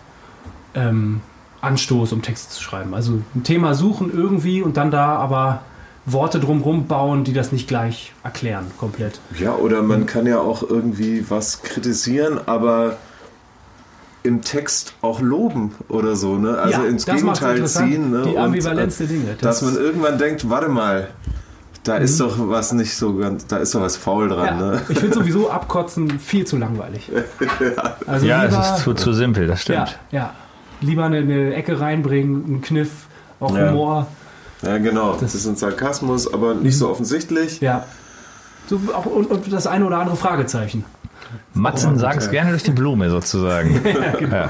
Speaker 4: ähm, Anstoß, um Texte zu schreiben. Also ein Thema suchen irgendwie und dann da aber Worte drumrum bauen, die das nicht gleich erklären komplett.
Speaker 3: ja, oder man kann ja auch irgendwie was kritisieren, aber im Text auch loben oder so, ne? Also
Speaker 4: Ja,
Speaker 3: ins
Speaker 4: das macht's
Speaker 3: Gegenteil
Speaker 4: interessant,
Speaker 3: ziehen. Ne?
Speaker 4: Die
Speaker 3: Und,
Speaker 4: Ambivalenz
Speaker 3: äh,
Speaker 4: der Dinge.
Speaker 3: dass man irgendwann denkt, warte mal, da ist doch was nicht so ganz, da ist doch was faul
Speaker 4: Mhm. ja,
Speaker 3: dran, ne?
Speaker 4: Ich finde sowieso abkotzen viel zu langweilig. Also
Speaker 2: Ja, es
Speaker 4: lieber-
Speaker 2: ist zu, zu simpel, das
Speaker 4: Ja,
Speaker 2: stimmt.
Speaker 4: ja. Lieber eine, eine Ecke reinbringen, einen Kniff, auch
Speaker 3: Ja.
Speaker 4: Humor.
Speaker 3: Ja, genau. Das, ist ein Sarkasmus, aber nicht so offensichtlich.
Speaker 4: Ja. So, auch, und, und das eine oder andere Fragezeichen.
Speaker 2: Matzen sagen es gerne durch die Blume sozusagen. ja. genau.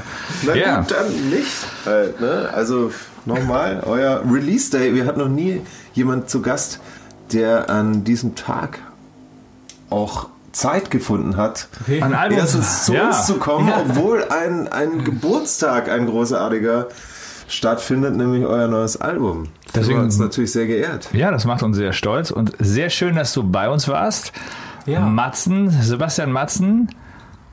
Speaker 3: Na
Speaker 2: Ja.
Speaker 3: gut, dann nicht. Halt, ne? Also nochmal, euer Release Day. Wir hatten noch nie jemand zu Gast, der an diesem Tag auch Zeit gefunden hat,
Speaker 4: Okay. um
Speaker 2: Ein Album.
Speaker 3: erstens zu
Speaker 2: ja.
Speaker 3: uns zu kommen,
Speaker 4: Ja.
Speaker 3: obwohl ein, ein Geburtstag, ein großartiger stattfindet, nämlich euer neues Album.
Speaker 2: Deswegen-
Speaker 3: wir haben uns natürlich sehr geehrt.
Speaker 2: Ja, das macht uns sehr stolz und sehr schön, dass du bei uns warst.
Speaker 4: Ja.
Speaker 2: Matzen, Sebastian Matzen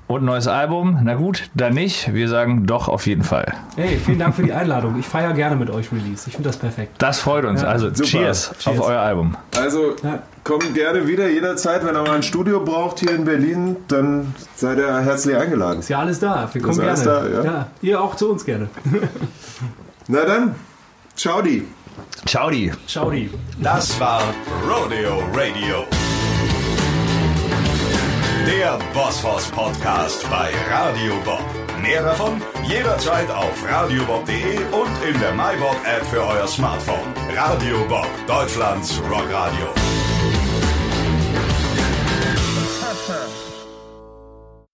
Speaker 2: und neues Album. Na gut, dann nicht. Wir sagen doch auf jeden Fall.
Speaker 4: Hey, vielen Dank für die Einladung. Ich feiere gerne mit euch Release. Ich finde das perfekt.
Speaker 2: Das freut uns.
Speaker 4: Ja,
Speaker 2: also
Speaker 3: super.
Speaker 2: cheers,
Speaker 4: Cheers.
Speaker 2: auf euer Album.
Speaker 3: Also
Speaker 4: Ja.
Speaker 3: kommt gerne wieder jederzeit, wenn ihr mal ein Studio braucht hier in Berlin, dann seid ihr herzlich eingeladen.
Speaker 4: Ist ja alles da. Wir kommen
Speaker 3: alles
Speaker 4: gerne.
Speaker 3: da, ja.
Speaker 4: Ihr auch zu uns gerne.
Speaker 3: Na dann, ciao die.
Speaker 2: Ciao die.
Speaker 4: Ciao, die.
Speaker 1: Das war Rodeo Radio. Der Bosshaus Podcast bei Radio Bob. Mehr davon jederzeit auf radiobob.de und in der MyBob App für euer Smartphone. Radio Bob, Deutschlands Rockradio.